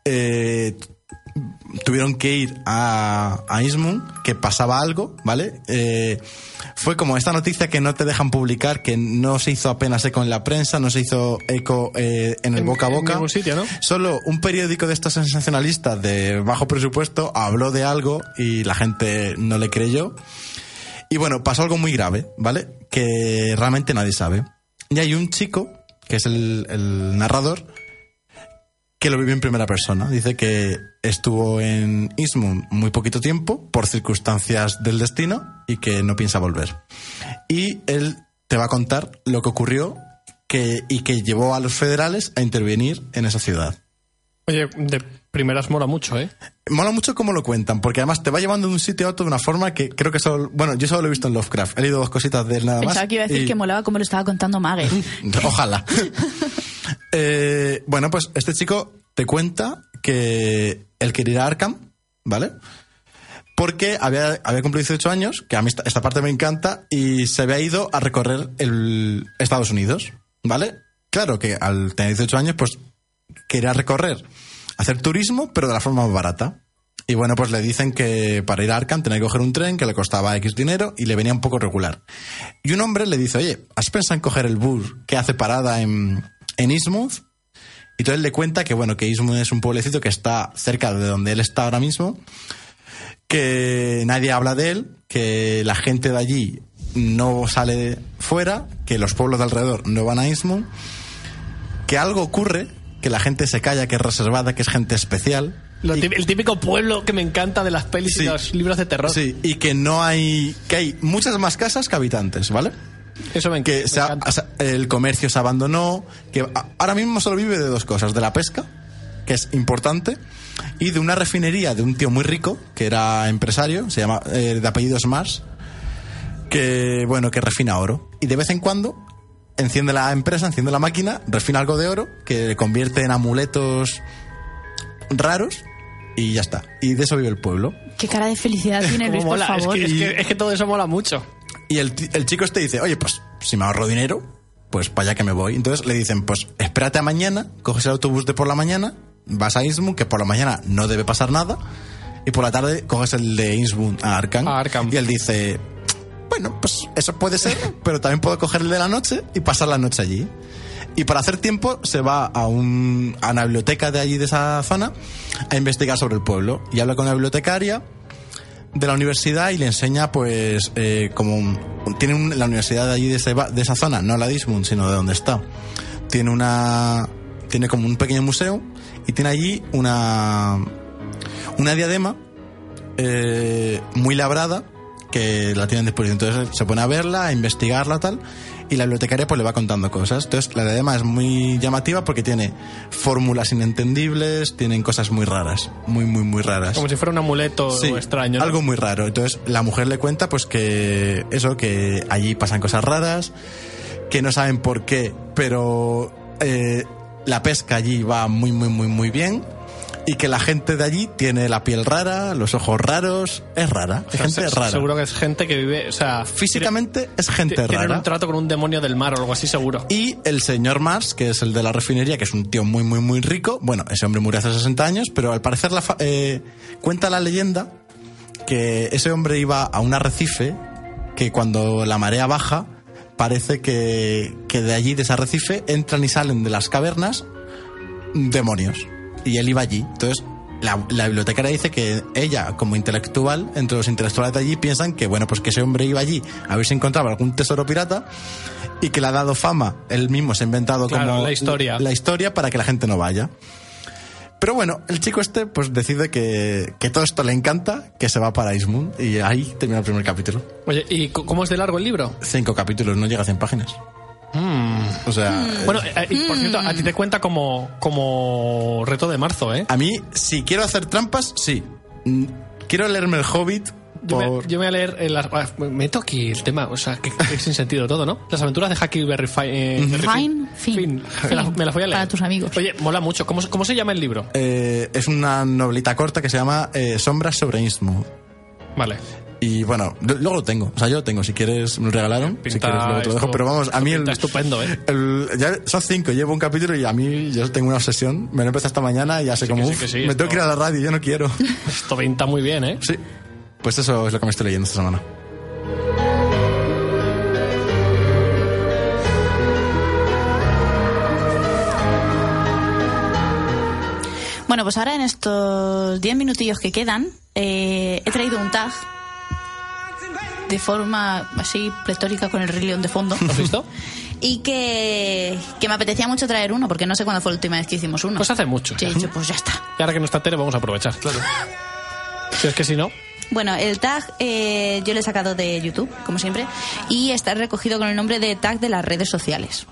Speaker 2: eh, tuvieron que ir a, a Innsmouth, que pasaba algo, ¿vale? Eh, fue como esta noticia que no te dejan publicar, que no se hizo apenas eco en la prensa, no se hizo eco eh, en el
Speaker 3: En-
Speaker 2: boca a
Speaker 3: en
Speaker 2: boca.
Speaker 3: ningún sitio, ¿no?
Speaker 2: Solo un periódico de estos sensacionalistas de bajo presupuesto habló de algo y la gente no le creyó. Y bueno, pasó algo muy grave, ¿vale? Que realmente nadie sabe. Y hay un chico, que es el, el narrador, que lo vivió en primera persona. Dice que estuvo en Ismund muy poquito tiempo por circunstancias del destino y que no piensa volver. Y él te va a contar lo que ocurrió que, y que llevó a los federales a intervenir en esa ciudad.
Speaker 3: Oye, de primeras mola mucho, ¿eh?
Speaker 2: Mola mucho cómo lo cuentan, porque además te va llevando de un sitio a otro de una forma que creo que solo... Bueno, yo solo lo he visto en Lovecraft. He leído dos cositas de él nada más.
Speaker 1: Pensaba que iba a decir
Speaker 2: y-
Speaker 1: que molaba como lo estaba contando Mague.
Speaker 2: Ojalá. Eh, bueno, pues este chico te cuenta que él quería ir a Arkham, ¿vale? Porque había, había cumplido 18 años, que a mí esta, esta parte me encanta, y se había ido a recorrer el Estados Unidos, ¿vale? Claro que al tener 18 años, pues quería recorrer, hacer turismo, pero de la forma más barata. Y bueno, pues le dicen que para ir a Arkham tenía que coger un tren que le costaba X dinero y le venía un poco regular. Y un hombre le dice, oye, ¿has pensado en coger el bus que hace parada en, en Innsmouth? Y entonces le cuenta que, bueno, que Innsmouth es un pueblecito que está cerca de donde él está ahora mismo, que nadie habla de él, que la gente de allí no sale fuera, que los pueblos de alrededor no van a Innsmouth, que algo ocurre, que la gente se calla, que es reservada, que es gente especial.
Speaker 3: Lo
Speaker 2: y-
Speaker 3: típ- el típico pueblo que me encanta de las pelis
Speaker 2: Sí.
Speaker 3: y los libros de terror.
Speaker 2: Sí, y que no hay. que hay muchas más casas que habitantes, ¿vale?
Speaker 3: Eso me, enc-
Speaker 2: Que
Speaker 3: me
Speaker 2: se ha-
Speaker 3: encanta.
Speaker 2: se- el comercio se abandonó, que a- ahora mismo solo vive de dos cosas: de la pesca, que es importante, y de una refinería de un tío muy rico, que era empresario, se llama eh, de apellidos Mars, que bueno, que refina oro. Y de vez en cuando enciende la empresa, enciende la máquina, refina algo de oro, que convierte en amuletos raros, y ya está. Y de eso vive el pueblo.
Speaker 1: Qué cara de felicidad tiene
Speaker 3: Cómo
Speaker 1: Luis, por
Speaker 3: mola, es
Speaker 1: favor.
Speaker 3: que, es que- es que todo eso mola mucho.
Speaker 2: Y el, ti- el chico este dice, oye, pues si me ahorro dinero, pues para allá que me voy. Entonces le dicen, pues espérate a mañana, coges el autobús de por la mañana, vas a Innsbruck, que por la mañana no debe pasar nada, y por la tarde coges el de Innsbruck a Arkham.
Speaker 3: A Arkham.
Speaker 2: Y él dice, bueno, pues eso puede ser, pero también puedo coger el de la noche y pasar la noche allí. Y para hacer tiempo se va a, un, a una biblioteca de allí, de esa zona, a investigar sobre el pueblo. Y habla con la bibliotecaria de la universidad y le enseña, pues, eh, como un- un- tiene un- la universidad de allí, de, ese ba- de esa zona, no la de Eastbourne, sino de donde está. Tiene una, tiene como un pequeño museo y tiene allí una, una diadema eh, muy labrada que la tienen a disposición. Entonces se pone a verla, a investigarla, tal. Y la bibliotecaria pues le va contando cosas. Entonces la diadema es muy llamativa porque tiene fórmulas inentendibles, tienen cosas muy raras, muy, muy, muy raras.
Speaker 3: Como si fuera un amuleto
Speaker 2: Sí,
Speaker 3: extraño. ¿no?
Speaker 2: Algo muy raro. Entonces la mujer le cuenta pues que eso, que allí pasan cosas raras, que no saben por qué, pero eh, la pesca allí va muy, muy, muy, muy bien. Y que la gente de allí tiene la piel rara, los ojos raros, es rara, es
Speaker 3: O sea,
Speaker 2: gente
Speaker 3: se-
Speaker 2: rara.
Speaker 3: Seguro que es gente que vive, o sea,
Speaker 2: Físicamente es
Speaker 3: tiene-
Speaker 2: gente
Speaker 3: tienen
Speaker 2: rara.
Speaker 3: un trato con un demonio del mar o algo así seguro.
Speaker 2: Y el señor Mars, que es el de la refinería, que es un tío muy, muy, muy rico. Bueno, ese hombre murió hace 60 años, pero al parecer la fa- eh, cuenta la leyenda que ese hombre iba a un arrecife que cuando la marea baja, parece que, que de allí, de ese arrecife, entran y salen de las cavernas demonios. Y él iba allí. Entonces, la, la bibliotecaria dice que ella, como intelectual, entre los intelectuales de allí, piensan que, bueno, pues que ese hombre iba allí a ver si encontraba algún tesoro pirata y que le ha dado fama. Él mismo se ha inventado
Speaker 3: Claro,
Speaker 2: como
Speaker 3: la historia.
Speaker 2: la historia para que la gente no vaya. Pero bueno, el chico este pues decide que, que todo esto le encanta, que se va para Ismund y ahí termina el primer capítulo.
Speaker 3: Oye, ¿y co- cómo es de largo el libro?
Speaker 2: Cinco capítulos, no llega a 100 páginas. O sea, eh,
Speaker 3: Hmm. Bueno, eh, y por cierto, a ti te cuenta como, como reto de marzo, ¿eh?
Speaker 2: a mí, si quiero hacer trampas, sí. Mm, Quiero leerme el Hobbit
Speaker 3: Yo,
Speaker 2: por...
Speaker 3: me, yo me voy a leer el, ah, meto aquí el tema, o sea, que, que es sin sentido todo, ¿no? Las aventuras de Huckleberry Fi- eh, Berry
Speaker 1: Fine,
Speaker 3: Finn.
Speaker 1: fin.
Speaker 3: Finn. Me, las, me las voy a leer.
Speaker 1: Para tus amigos.
Speaker 3: Oye, mola mucho. ¿Cómo, se- cómo se llama el libro?
Speaker 2: Eh, es una novelita corta que se llama eh, Sombras sobre Innsmouth.
Speaker 3: Vale.
Speaker 2: Y bueno, lo- luego lo tengo. O sea, yo lo tengo. Si quieres, me lo regalaron. si
Speaker 3: Pinta
Speaker 2: quieres, luego te lo dejo.
Speaker 3: esto-
Speaker 2: Pero vamos, a
Speaker 3: esto
Speaker 2: mí el,
Speaker 3: pinta estupendo, ¿eh?
Speaker 2: el- ya son cinco. Llevo un capítulo y a mí yo tengo una obsesión. Me lo empecé esta mañana y ya sé
Speaker 3: que
Speaker 2: cómo.
Speaker 3: sí, que sí,
Speaker 2: me
Speaker 3: esto-
Speaker 2: tengo que ir a la radio. Yo no quiero.
Speaker 3: Esto pinta muy bien, ¿eh?
Speaker 2: sí. Pues eso es lo que me estoy leyendo esta semana.
Speaker 1: Bueno, pues ahora en estos 10 minutillos que quedan, eh, he traído un tag de forma así pletórica con el Rey León de fondo.
Speaker 3: ¿Lo has visto?
Speaker 1: Y que, que me apetecía mucho traer uno, porque no sé cuándo fue la última vez que hicimos uno.
Speaker 3: Pues hace mucho.
Speaker 1: Sí, he dicho, pues ya está.
Speaker 3: Y ahora que no está Tere, vamos a aprovechar. Claro. Si es que si no,
Speaker 1: Bueno, el tag eh, yo lo he sacado de YouTube, como siempre, y está recogido con el nombre de tag de las redes sociales.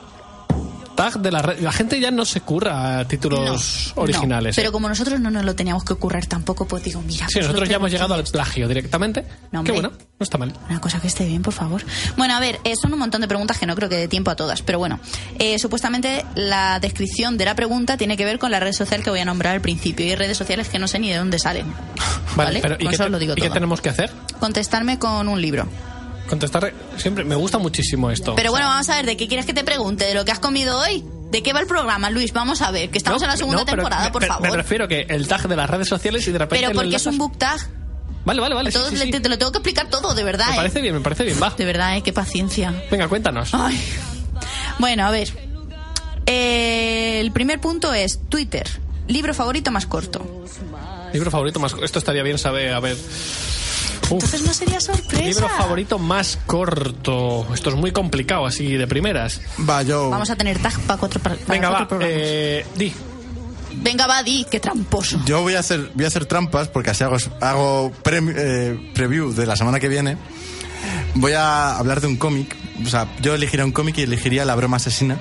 Speaker 3: tag de la red. La gente ya no se curra títulos
Speaker 1: No,
Speaker 3: originales. ¿eh?
Speaker 1: no, pero como nosotros no nos lo teníamos que ocurrir tampoco, pues digo, mira.
Speaker 3: Sí,
Speaker 1: pues lo
Speaker 3: nosotros ya hemos
Speaker 1: tengo
Speaker 3: llegado
Speaker 1: aquí.
Speaker 3: al plagio directamente.
Speaker 1: No,
Speaker 3: que
Speaker 1: hombre.
Speaker 3: bueno, no está mal.
Speaker 1: Una cosa que esté bien, por favor. Bueno, a ver, eh, son un montón de preguntas que no creo que dé tiempo a todas, pero bueno, eh, supuestamente la descripción de la pregunta tiene que ver con la red social que voy a nombrar al principio y hay redes sociales que no sé ni de dónde salen. Vale,
Speaker 3: pero ¿y,
Speaker 1: con
Speaker 3: qué,
Speaker 1: eso
Speaker 3: te-
Speaker 1: os lo digo
Speaker 3: ¿y qué
Speaker 1: todo.
Speaker 3: tenemos que hacer?
Speaker 1: Contestarme con un libro.
Speaker 3: Contestar siempre. Me gusta muchísimo esto.
Speaker 1: Pero bueno, vamos a ver, ¿de qué quieres que te pregunte? ¿De lo que has comido hoy? ¿De qué va el programa, Luis? Vamos a ver, que estamos
Speaker 3: No,
Speaker 1: en la segunda
Speaker 3: no, pero
Speaker 1: temporada,
Speaker 3: me-
Speaker 1: por
Speaker 3: me- Me
Speaker 1: favor.
Speaker 3: refiero que el tag de las redes sociales y de repente.
Speaker 1: Pero
Speaker 3: lo
Speaker 1: porque es un
Speaker 3: enlazas-
Speaker 1: book tag.
Speaker 3: Vale, vale, vale. sí,
Speaker 1: Todo
Speaker 3: sí,
Speaker 1: le-
Speaker 3: sí.
Speaker 1: Te, lo tengo que explicar todo, de verdad.
Speaker 3: Me
Speaker 1: ¿eh?
Speaker 3: parece bien, me parece bien. Va.
Speaker 1: De verdad, ¿eh? qué paciencia.
Speaker 3: Venga, cuéntanos.
Speaker 1: Ay. Bueno, a ver. Eh, el primer punto es Twitter. Libro favorito más corto.
Speaker 3: Libro favorito más. Esto estaría bien saber. A ver. Uf,
Speaker 1: Entonces no sería sorpresa.
Speaker 3: libro favorito más corto. Esto es muy complicado, así de primeras.
Speaker 2: Va, yo.
Speaker 1: Vamos a tener tag para cuatro, para
Speaker 3: Venga,
Speaker 1: cuatro
Speaker 3: va.
Speaker 1: programas.
Speaker 3: eh, di.
Speaker 1: Venga, va, di, qué tramposo.
Speaker 2: Yo voy a hacer, voy a hacer trampas porque así hago, hago prem- eh, preview de la semana que viene. Voy a hablar de un cómic. O sea, yo elegiría un cómic y elegiría La broma asesina,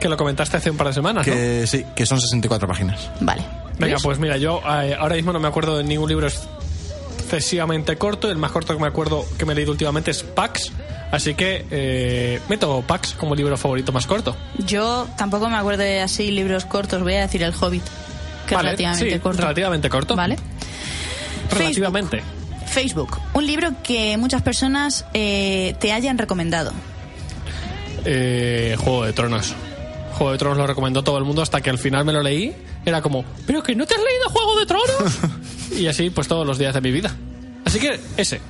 Speaker 3: Que lo comentaste hace un par de semanas. ¿no?
Speaker 2: que sí, que son 64 páginas.
Speaker 1: Vale.
Speaker 3: Venga,
Speaker 1: ¿Luis?
Speaker 3: pues mira, yo eh, ahora mismo no me acuerdo de ningún libro excesivamente corto. El más corto que me acuerdo que me he leído últimamente es Pax. Así que eh, meto Pax como libro favorito más corto.
Speaker 1: Yo tampoco me acuerdo de así libros cortos. Voy a decir El Hobbit, que
Speaker 3: Vale,
Speaker 1: es relativamente
Speaker 3: sí,
Speaker 1: corto.
Speaker 3: relativamente corto.
Speaker 1: Vale.
Speaker 3: Relativamente.
Speaker 1: Facebook, un libro que muchas personas eh, te hayan recomendado.
Speaker 3: Eh, Juego de Tronos. Juego de Tronos lo recomendó todo el mundo hasta que al final me lo leí. Era como, ¿pero que no te has leído Juego de Tronos? y así, pues todos los días de mi vida. Así que ese.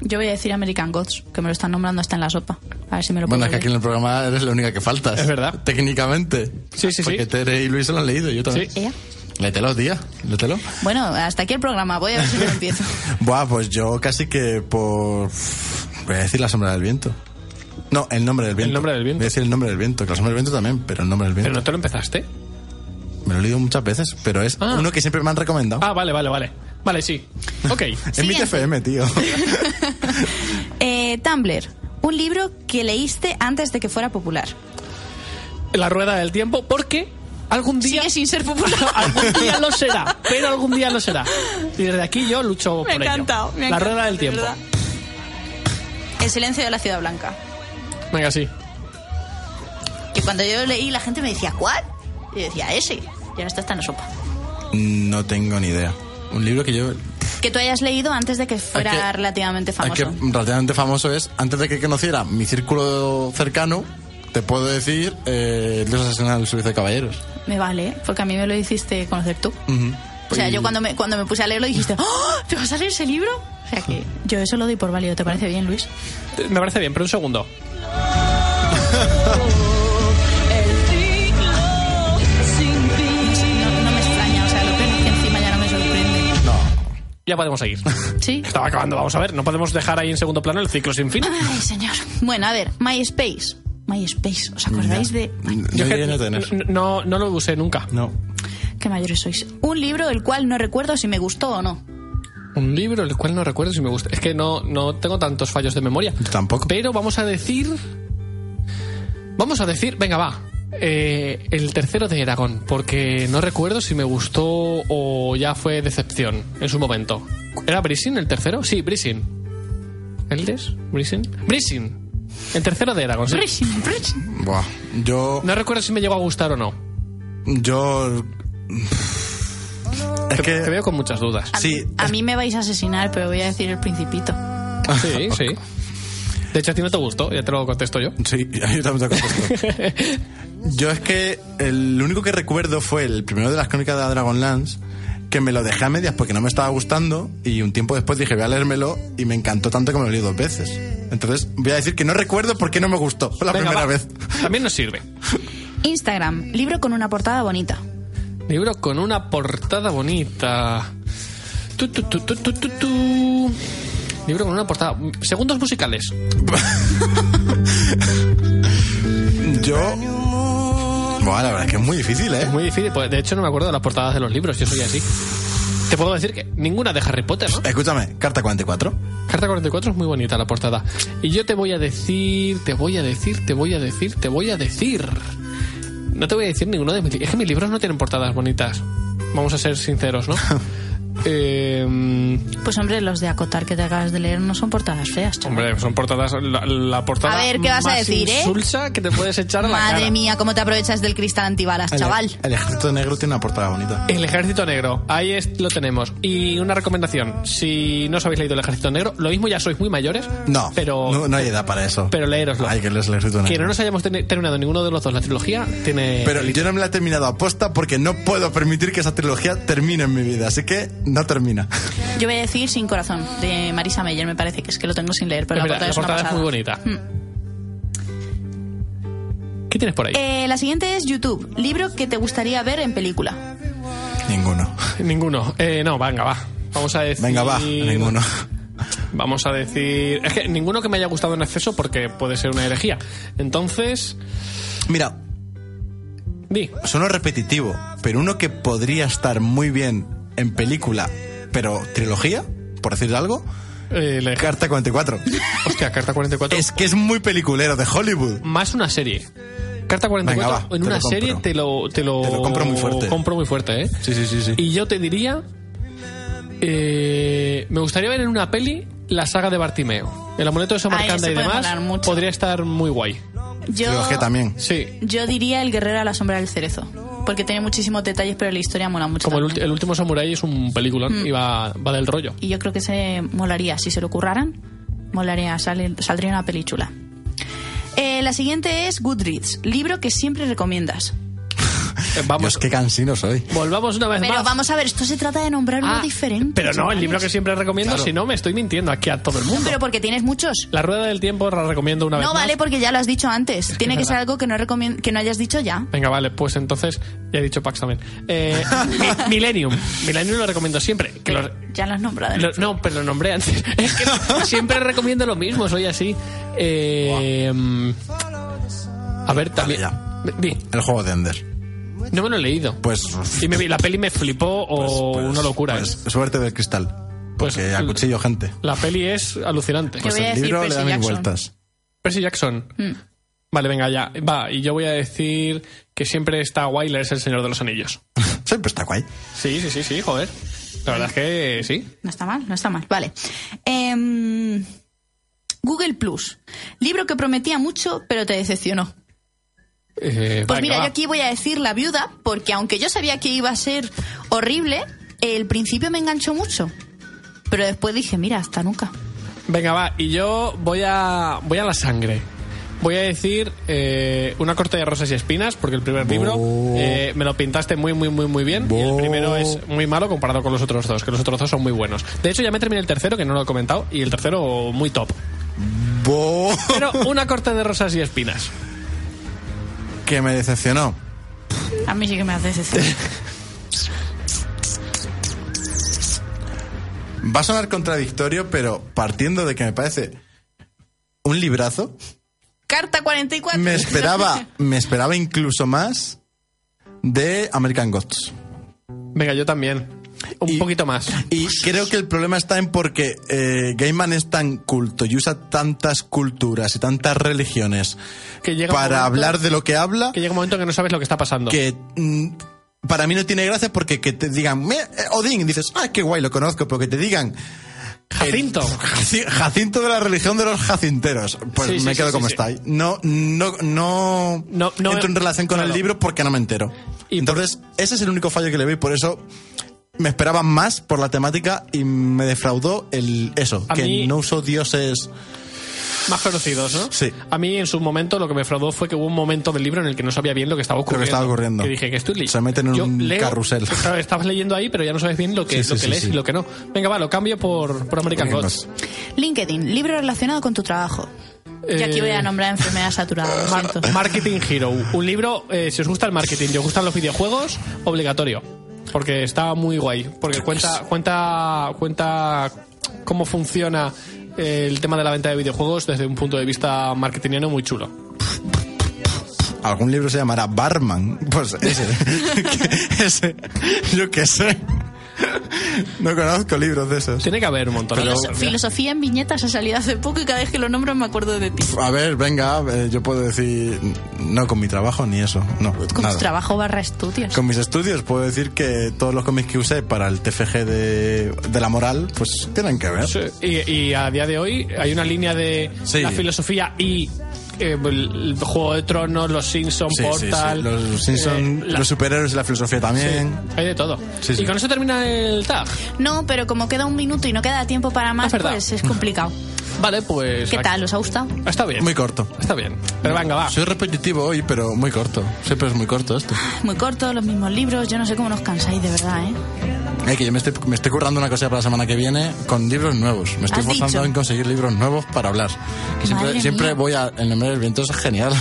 Speaker 1: Yo voy a decir American Gods, que me lo están nombrando hasta en la sopa. A ver si me lo
Speaker 2: Bueno,
Speaker 1: puedo
Speaker 2: es que aquí en el programa eres la única que faltas.
Speaker 3: Es verdad.
Speaker 2: Técnicamente.
Speaker 3: Sí, sí,
Speaker 2: Porque
Speaker 3: sí.
Speaker 2: Tere y Luis se lo han leído, yo
Speaker 3: Sí.
Speaker 2: también.
Speaker 1: leer. Ea.
Speaker 2: Lételo, tía, lételo.
Speaker 1: Bueno, hasta aquí el programa. Voy a ver si lo empiezo.
Speaker 2: Buah, pues yo casi que por... Voy a decir la sombra del viento. No, el nombre del viento.
Speaker 3: nombre del viento.
Speaker 2: Voy a decir el nombre del viento, que la sombra del viento también, pero el nombre del
Speaker 3: Pero
Speaker 2: viento.
Speaker 3: no te lo empezaste.
Speaker 2: Me lo he leído muchas veces, pero es
Speaker 3: Ah.
Speaker 2: uno que siempre me han recomendado.
Speaker 3: Ah, vale, vale, vale. Vale, sí. Ok.
Speaker 2: en mi
Speaker 1: Siguiente.
Speaker 2: TFM, tío.
Speaker 1: Eh, Tumblr, un libro que leíste antes de que fuera popular.
Speaker 3: La rueda del tiempo, porque algún día.
Speaker 1: Sigue sin ser popular.
Speaker 3: algún día lo será, pero algún día lo será. Y desde aquí yo lucho
Speaker 1: me ha
Speaker 3: por ello.
Speaker 1: encantado. me ha
Speaker 3: La
Speaker 1: encantado,
Speaker 3: rueda del
Speaker 1: de
Speaker 3: tiempo.
Speaker 1: verdad. El silencio de la Ciudad Blanca.
Speaker 3: Venga, sí.
Speaker 1: Que cuando yo lo leí la gente me decía, ¿cuál? Y yo decía, ese. Y ahora está hasta en la sopa.
Speaker 2: no tengo ni idea. Un libro que yo...
Speaker 1: Que tú hayas leído antes de que fuera
Speaker 2: Hay que-
Speaker 1: relativamente
Speaker 2: al que
Speaker 1: famoso.
Speaker 2: relativamente famoso es, antes de que conociera mi círculo cercano, te puedo decir eh, Dios asesina del servicio de caballeros.
Speaker 1: Me vale, ¿eh? porque a mí me lo hiciste conocer tú.
Speaker 2: Ujú.
Speaker 1: O sea,
Speaker 2: Y-
Speaker 1: yo cuando me, cuando me puse a leerlo dijiste, ¡Oh! ¿te va a salir ese libro? O sea que yo eso lo doy por válido. ¿Te parece bien, Luis?
Speaker 3: Me parece bien, pero un segundo.
Speaker 1: No, no me extraña, o sea, lo peor es que encima ya no me sorprende.
Speaker 3: Ya podemos seguir.
Speaker 1: ¿Sí?
Speaker 3: Estaba acabando, vamos a ver. No podemos dejar ahí en segundo plano el ciclo sin fin.
Speaker 1: Ay, señor. Bueno, a ver, MySpace. MySpace, ¿os acordáis de...? Ay,
Speaker 2: No
Speaker 3: Yo es que
Speaker 2: llegué a tener.
Speaker 3: n- no, no lo usé nunca.
Speaker 2: No.
Speaker 1: qué mayores sois. Un libro el cual no recuerdo si me gustó o no.
Speaker 3: Un libro el cual no recuerdo si me gusta. Es que no, no tengo tantos fallos de memoria.
Speaker 2: Yo tampoco.
Speaker 3: Pero vamos a decir. Vamos a decir, venga, va. Eh, el tercero de Aragón, porque no recuerdo si me gustó o ya fue decepción en su momento. ¿Era Brisin el tercero? Sí, Brisin. ¿Eldes? ¿Brisin? ¡Brisin! El tercero de Aragón, sí.
Speaker 1: Prison, prison.
Speaker 2: Buah. Yo.
Speaker 3: No recuerdo si me llegó a gustar o no.
Speaker 2: Yo. Es
Speaker 3: Te, te
Speaker 2: que.
Speaker 3: veo con muchas dudas.
Speaker 1: A,
Speaker 2: Sí.
Speaker 1: a mí me vais a asesinar, pero voy a decir el principito.
Speaker 3: Sí, sí. De hecho, a ti no te gustó, ya te lo contesto yo.
Speaker 2: Sí, yo también te contesto. Yo es que el único que recuerdo fue el primero de las crónicas de Dragonlance, que me lo dejé a medias porque no me estaba gustando, y un tiempo después dije, voy a leérmelo, y me encantó tanto que me lo leí dos veces. Entonces, voy a decir que no recuerdo por qué no me gustó la
Speaker 3: Venga,
Speaker 2: primera
Speaker 3: va.
Speaker 2: vez.
Speaker 3: También nos sirve.
Speaker 1: Instagram, libro con una portada bonita.
Speaker 3: Libro con una portada bonita. Tu, tu, tu, tu, tu, tu, tu. Libro con una portada. Segundos musicales.
Speaker 2: Yo. Buah, la verdad es que es muy difícil, ¿eh?
Speaker 3: Es muy difícil. pues, de hecho, no me acuerdo de las portadas de los libros. Yo soy así. Te puedo decir que ninguna de Harry Potter, ¿no?
Speaker 2: Escúchame, carta 44.
Speaker 3: Carta 44 es muy bonita la portada. Y yo te voy a decir, te voy a decir, te voy a decir, te voy a decir. No te voy a decir ninguno de mis libros. Es que mis libros no tienen portadas bonitas. Vamos a ser sinceros, ¿no? eh,
Speaker 1: Pues hombre, los de acotar que te acabas de leer no son portadas feas, chaval.
Speaker 3: Hombre, son portadas. La, la portada.
Speaker 1: A ver, ¿qué vas a
Speaker 3: más
Speaker 1: decir, eh?
Speaker 3: insulsa que te puedes echar a la
Speaker 1: Madre
Speaker 3: cara.
Speaker 1: mía, cómo te aprovechas del cristal antibalas,
Speaker 2: El-
Speaker 1: chaval.
Speaker 2: El, ejército negro tiene una portada bonita.
Speaker 3: El Ejército Negro, ahí es, lo tenemos. Y una recomendación: si no os habéis leído El Ejército Negro, lo mismo ya sois muy mayores.
Speaker 2: No,
Speaker 3: pero,
Speaker 2: no, no hay edad para eso.
Speaker 3: pero leéroslo.
Speaker 2: Hay que leer el ejército negro.
Speaker 3: Que no nos hayamos teni- terminado ninguno de los dos la trilogía, tiene.
Speaker 2: Pero yo no me la he terminado aposta porque no puedo permitir que esa trilogía termine en mi vida, así que no termina.
Speaker 1: Yo voy a decir Sin Corazón, de Marisa Meyer, me parece que es que lo tengo sin leer, pero
Speaker 3: Es
Speaker 1: la
Speaker 3: verdad,
Speaker 1: portada,
Speaker 3: la
Speaker 1: es, una
Speaker 3: portada es
Speaker 1: pasada.
Speaker 3: muy bonita.
Speaker 1: Mm.
Speaker 3: ¿Qué tienes por ahí?
Speaker 1: Eh, la siguiente es YouTube, libro que te gustaría ver en película.
Speaker 2: Ninguno.
Speaker 3: Ninguno. Eh, no, venga, va. Vamos a decir.
Speaker 2: Venga, va, ninguno.
Speaker 3: Vamos a decir. Es que ninguno que me haya gustado en exceso porque puede ser una herejía. Entonces.
Speaker 2: Mira,
Speaker 3: Di.
Speaker 2: suena repetitivo, pero uno que podría estar muy bien en película, pero trilogía, por decir algo,
Speaker 3: Eh, el ejército.
Speaker 2: Carta 44.
Speaker 3: Hostia, carta 44.
Speaker 2: Es que es muy peliculero de Hollywood.
Speaker 3: más una serie. Carta 44
Speaker 2: Venga, va,
Speaker 3: en
Speaker 2: te
Speaker 3: una
Speaker 2: lo compro.
Speaker 3: serie te lo, te lo
Speaker 2: Te lo compro muy fuerte.
Speaker 3: compro muy fuerte, ¿eh?
Speaker 2: Sí, sí, sí, sí.
Speaker 3: Y yo te diría eh, me gustaría ver en una peli la saga de Bartimeo. El amuleto de Samarcanda
Speaker 1: se
Speaker 3: y
Speaker 1: puede
Speaker 3: demás
Speaker 1: molar mucho.
Speaker 3: podría estar muy guay.
Speaker 1: Yo,
Speaker 2: Trilogía también.
Speaker 3: Sí.
Speaker 1: yo diría El guerrero a la sombra del cerezo, porque tiene muchísimos detalles, pero la historia mola mucho.
Speaker 3: Como el, ulti-
Speaker 1: también.
Speaker 3: el último samurái es un película
Speaker 1: Mm.
Speaker 3: y va, va del rollo.
Speaker 1: Y yo creo que se molaría, si se lo curraran, molaría, sale- saldría una película. Eh, la siguiente es Goodreads, libro que siempre recomiendas.
Speaker 3: Eh, Vamos,
Speaker 2: Dios, qué cansino soy.
Speaker 3: volvamos una vez
Speaker 1: Pero
Speaker 3: más.
Speaker 1: vamos a ver, esto se trata de nombrar uno
Speaker 3: Ah,
Speaker 1: diferente.
Speaker 3: Pero no, el
Speaker 1: chavales.
Speaker 3: libro que siempre recomiendo, si no, me estoy mintiendo aquí a todo el mundo.
Speaker 1: Pero porque tienes muchos.
Speaker 3: La rueda del tiempo la recomiendo una vez
Speaker 1: No
Speaker 3: más.
Speaker 1: vale porque ya lo has dicho antes. Tiene
Speaker 3: es
Speaker 1: que ser
Speaker 3: verdad.
Speaker 1: algo que no, recomien- que no hayas dicho ya.
Speaker 3: Venga, vale, pues entonces ya he dicho Pax también. Eh, Mi- Millennium. Millennium lo recomiendo siempre. Que lo-
Speaker 1: Ya lo has nombrado.
Speaker 3: lo- no, pero lo nombré antes. Es que siempre recomiendo lo mismo, soy así. Eh, mm, a ver, también.
Speaker 2: Ah, ya.
Speaker 3: Di,
Speaker 2: El juego de Ender.
Speaker 3: no me lo he leído.
Speaker 2: Pues.
Speaker 3: Y me vi- la peli me flipó o
Speaker 2: pues-
Speaker 3: una locura.
Speaker 2: pues,
Speaker 3: ¿eh?
Speaker 2: Suerte del cristal.
Speaker 3: Pues-
Speaker 2: Porque acuchillo gente.
Speaker 3: La peli es alucinante.
Speaker 1: Pues-
Speaker 2: Pues
Speaker 1: voy a
Speaker 2: el
Speaker 1: decir
Speaker 2: libro le
Speaker 1: Percy
Speaker 2: da mil
Speaker 1: Jackson.
Speaker 2: vueltas.
Speaker 3: Percy Jackson.
Speaker 1: Mm.
Speaker 3: Vale, venga, ya. Va, y yo voy a decir que siempre está guay leerse El Señor de los Anillos.
Speaker 2: Siempre pues está guay.
Speaker 3: Sí, sí, sí, sí, joder. La verdad es que sí.
Speaker 1: No está mal, no está mal. Vale. Em, Google Plus. Libro que prometía mucho, pero te decepcionó.
Speaker 3: Eh,
Speaker 1: Pues
Speaker 3: venga,
Speaker 1: mira,
Speaker 3: va.
Speaker 1: yo aquí voy a decir La Viuda, porque aunque yo sabía que iba a ser horrible, el principio me enganchó mucho. Pero después dije, mira, hasta nunca.
Speaker 3: Venga, va, y yo voy a, voy a la sangre. Voy a decir eh, una corte de rosas y espinas, porque el primer libro eh, me lo pintaste muy, muy, muy, muy bien. Y el
Speaker 2: Bo.
Speaker 3: primero es muy malo comparado con los otros dos, que los otros dos son muy buenos. De hecho, ya me terminé el tercero, que no lo he comentado, y el tercero muy top.
Speaker 2: Bo-
Speaker 3: Pero una corte de rosas y espinas.
Speaker 2: que me decepcionó.
Speaker 1: A mí sí que me hace decepción.
Speaker 2: Va a sonar contradictorio, pero partiendo de que me parece un librazo,
Speaker 1: Carta 44.
Speaker 2: me esperaba, me esperaba incluso más de American Gods.
Speaker 3: Venga, yo también. Un
Speaker 2: Y-
Speaker 3: poquito más.
Speaker 2: Y creo que el problema está en porque eh, Gaiman es tan culto y usa tantas culturas y tantas religiones
Speaker 3: Que llega un
Speaker 2: para
Speaker 3: momento-
Speaker 2: hablar de lo que habla
Speaker 3: Que llega un momento que no sabes lo que está pasando.
Speaker 2: que mm, para mí no tiene gracia porque que te digan "Me- eh, Odín dices ah qué guay lo conozco pero que te digan
Speaker 3: Jacinto.
Speaker 2: Jaci- Jacinto de la religión de los jacinteros pues
Speaker 3: Sí, sí,
Speaker 2: me
Speaker 3: sí,
Speaker 2: quedo
Speaker 3: sí,
Speaker 2: como
Speaker 3: sí.
Speaker 2: está ahí no no no,
Speaker 3: No, no,
Speaker 2: entro en relación con
Speaker 3: claro.
Speaker 2: el libro porque no me entero
Speaker 3: Y por-
Speaker 2: entonces ese es el único fallo que le veo y por eso me esperaba más por la temática y me defraudó el eso
Speaker 3: A
Speaker 2: que
Speaker 3: mí-
Speaker 2: no usó dioses
Speaker 3: Más conocidos, ¿no?
Speaker 2: Sí.
Speaker 3: A mí en su momento lo que me fraudó fue que hubo un momento del libro en el que no sabía bien lo que estaba
Speaker 2: que
Speaker 3: ocurriendo.
Speaker 2: estaba ocurriendo.
Speaker 3: Que dije que estoy leyendo.
Speaker 2: Se meten en un carrusel.
Speaker 3: Claro, estabas leyendo ahí, pero ya no sabes bien lo que,
Speaker 2: Sí,
Speaker 3: lo
Speaker 2: sí,
Speaker 3: que
Speaker 2: sí,
Speaker 3: lees
Speaker 2: sí.
Speaker 3: y lo que no. Venga, va, lo cambio por, por American
Speaker 2: American
Speaker 3: Gods.
Speaker 1: LinkedIn, libro relacionado con tu trabajo. Y aquí voy
Speaker 3: Eh,
Speaker 1: a nombrar enfermedad saturada, lo siento.
Speaker 3: Marketing Hero. Un libro, eh, si os gusta el marketing y os gustan los videojuegos, obligatorio. Porque está muy guay. Porque cuenta, cuenta, cuenta cómo funciona eh, el tema de la venta de videojuegos desde un punto de vista marketingiano muy chulo.
Speaker 2: algún libro se llamará Barman pues ese, que- ese yo qué sé no conozco libros de esos
Speaker 3: Tiene que haber un montón.
Speaker 1: Filos-
Speaker 3: Mira.
Speaker 1: Filosofía en viñetas ha salido hace poco y cada vez que lo nombro me acuerdo de ti.
Speaker 2: A ver, venga, eh, yo puedo decir no con mi trabajo ni eso, no.
Speaker 1: Con
Speaker 2: nada.
Speaker 1: tu trabajo barra estudios.
Speaker 2: Con mis estudios puedo decir que todos los cómics que usé para el TFG de, de la moral, pues tienen que ver.
Speaker 3: Sí, Y, y a día de hoy hay una línea de
Speaker 2: Sí.
Speaker 3: la filosofía y eh, el, el Juego de Tronos, los Simpson,
Speaker 2: Sí, sí, sí.
Speaker 3: Portal.
Speaker 2: Los Simpson,
Speaker 3: eh, la-
Speaker 2: los superhéroes y la filosofía también.
Speaker 3: hay de todo.
Speaker 2: Sí, sí.
Speaker 3: Y con eso termina el tag.
Speaker 1: No, pero como queda un minuto y no queda tiempo para más,
Speaker 3: Es verdad.
Speaker 1: pues es complicado.
Speaker 3: Vale, pues.
Speaker 1: ¿Qué tal? ¿Os ha gustado?
Speaker 3: Está bien.
Speaker 2: Muy corto.
Speaker 3: Está bien. Pero venga, va.
Speaker 2: Soy repetitivo hoy, pero muy corto. Siempre es muy corto esto.
Speaker 1: Muy corto, los mismos libros. Yo no sé cómo nos cansáis, de verdad, ¿eh?
Speaker 2: Eh, que yo me estoy, me estoy currando una cosa para la semana que viene con libros nuevos. Me estoy
Speaker 1: Has
Speaker 2: forzando
Speaker 1: dicho.
Speaker 2: en conseguir libros nuevos para hablar. Que siempre
Speaker 1: Madre
Speaker 2: siempre
Speaker 1: mía.
Speaker 2: voy a. El nombre del viento es genial.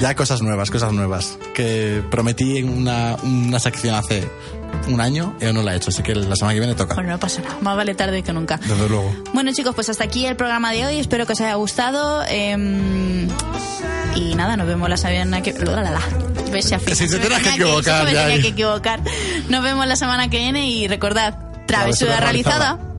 Speaker 2: ya cosas nuevas, cosas nuevas. Que prometí en una, una sección hace un año y aún no la he hecho. Así que la semana que viene toca.
Speaker 1: Bueno, no pasa nada. Más vale tarde que nunca.
Speaker 2: Desde luego.
Speaker 1: Bueno, chicos, pues hasta aquí el programa de hoy. Espero que os haya gustado. em, y nada, nos vemos la semana que... La, la, la. Ves, si al final
Speaker 2: Si te
Speaker 1: se me
Speaker 2: tenés que
Speaker 1: tenía
Speaker 2: equivocar,
Speaker 1: se me
Speaker 2: ya.
Speaker 1: tenía que equivocar. Nos vemos la semana que viene y recordad, travesura
Speaker 2: Travesura
Speaker 1: realizada.
Speaker 2: realizada.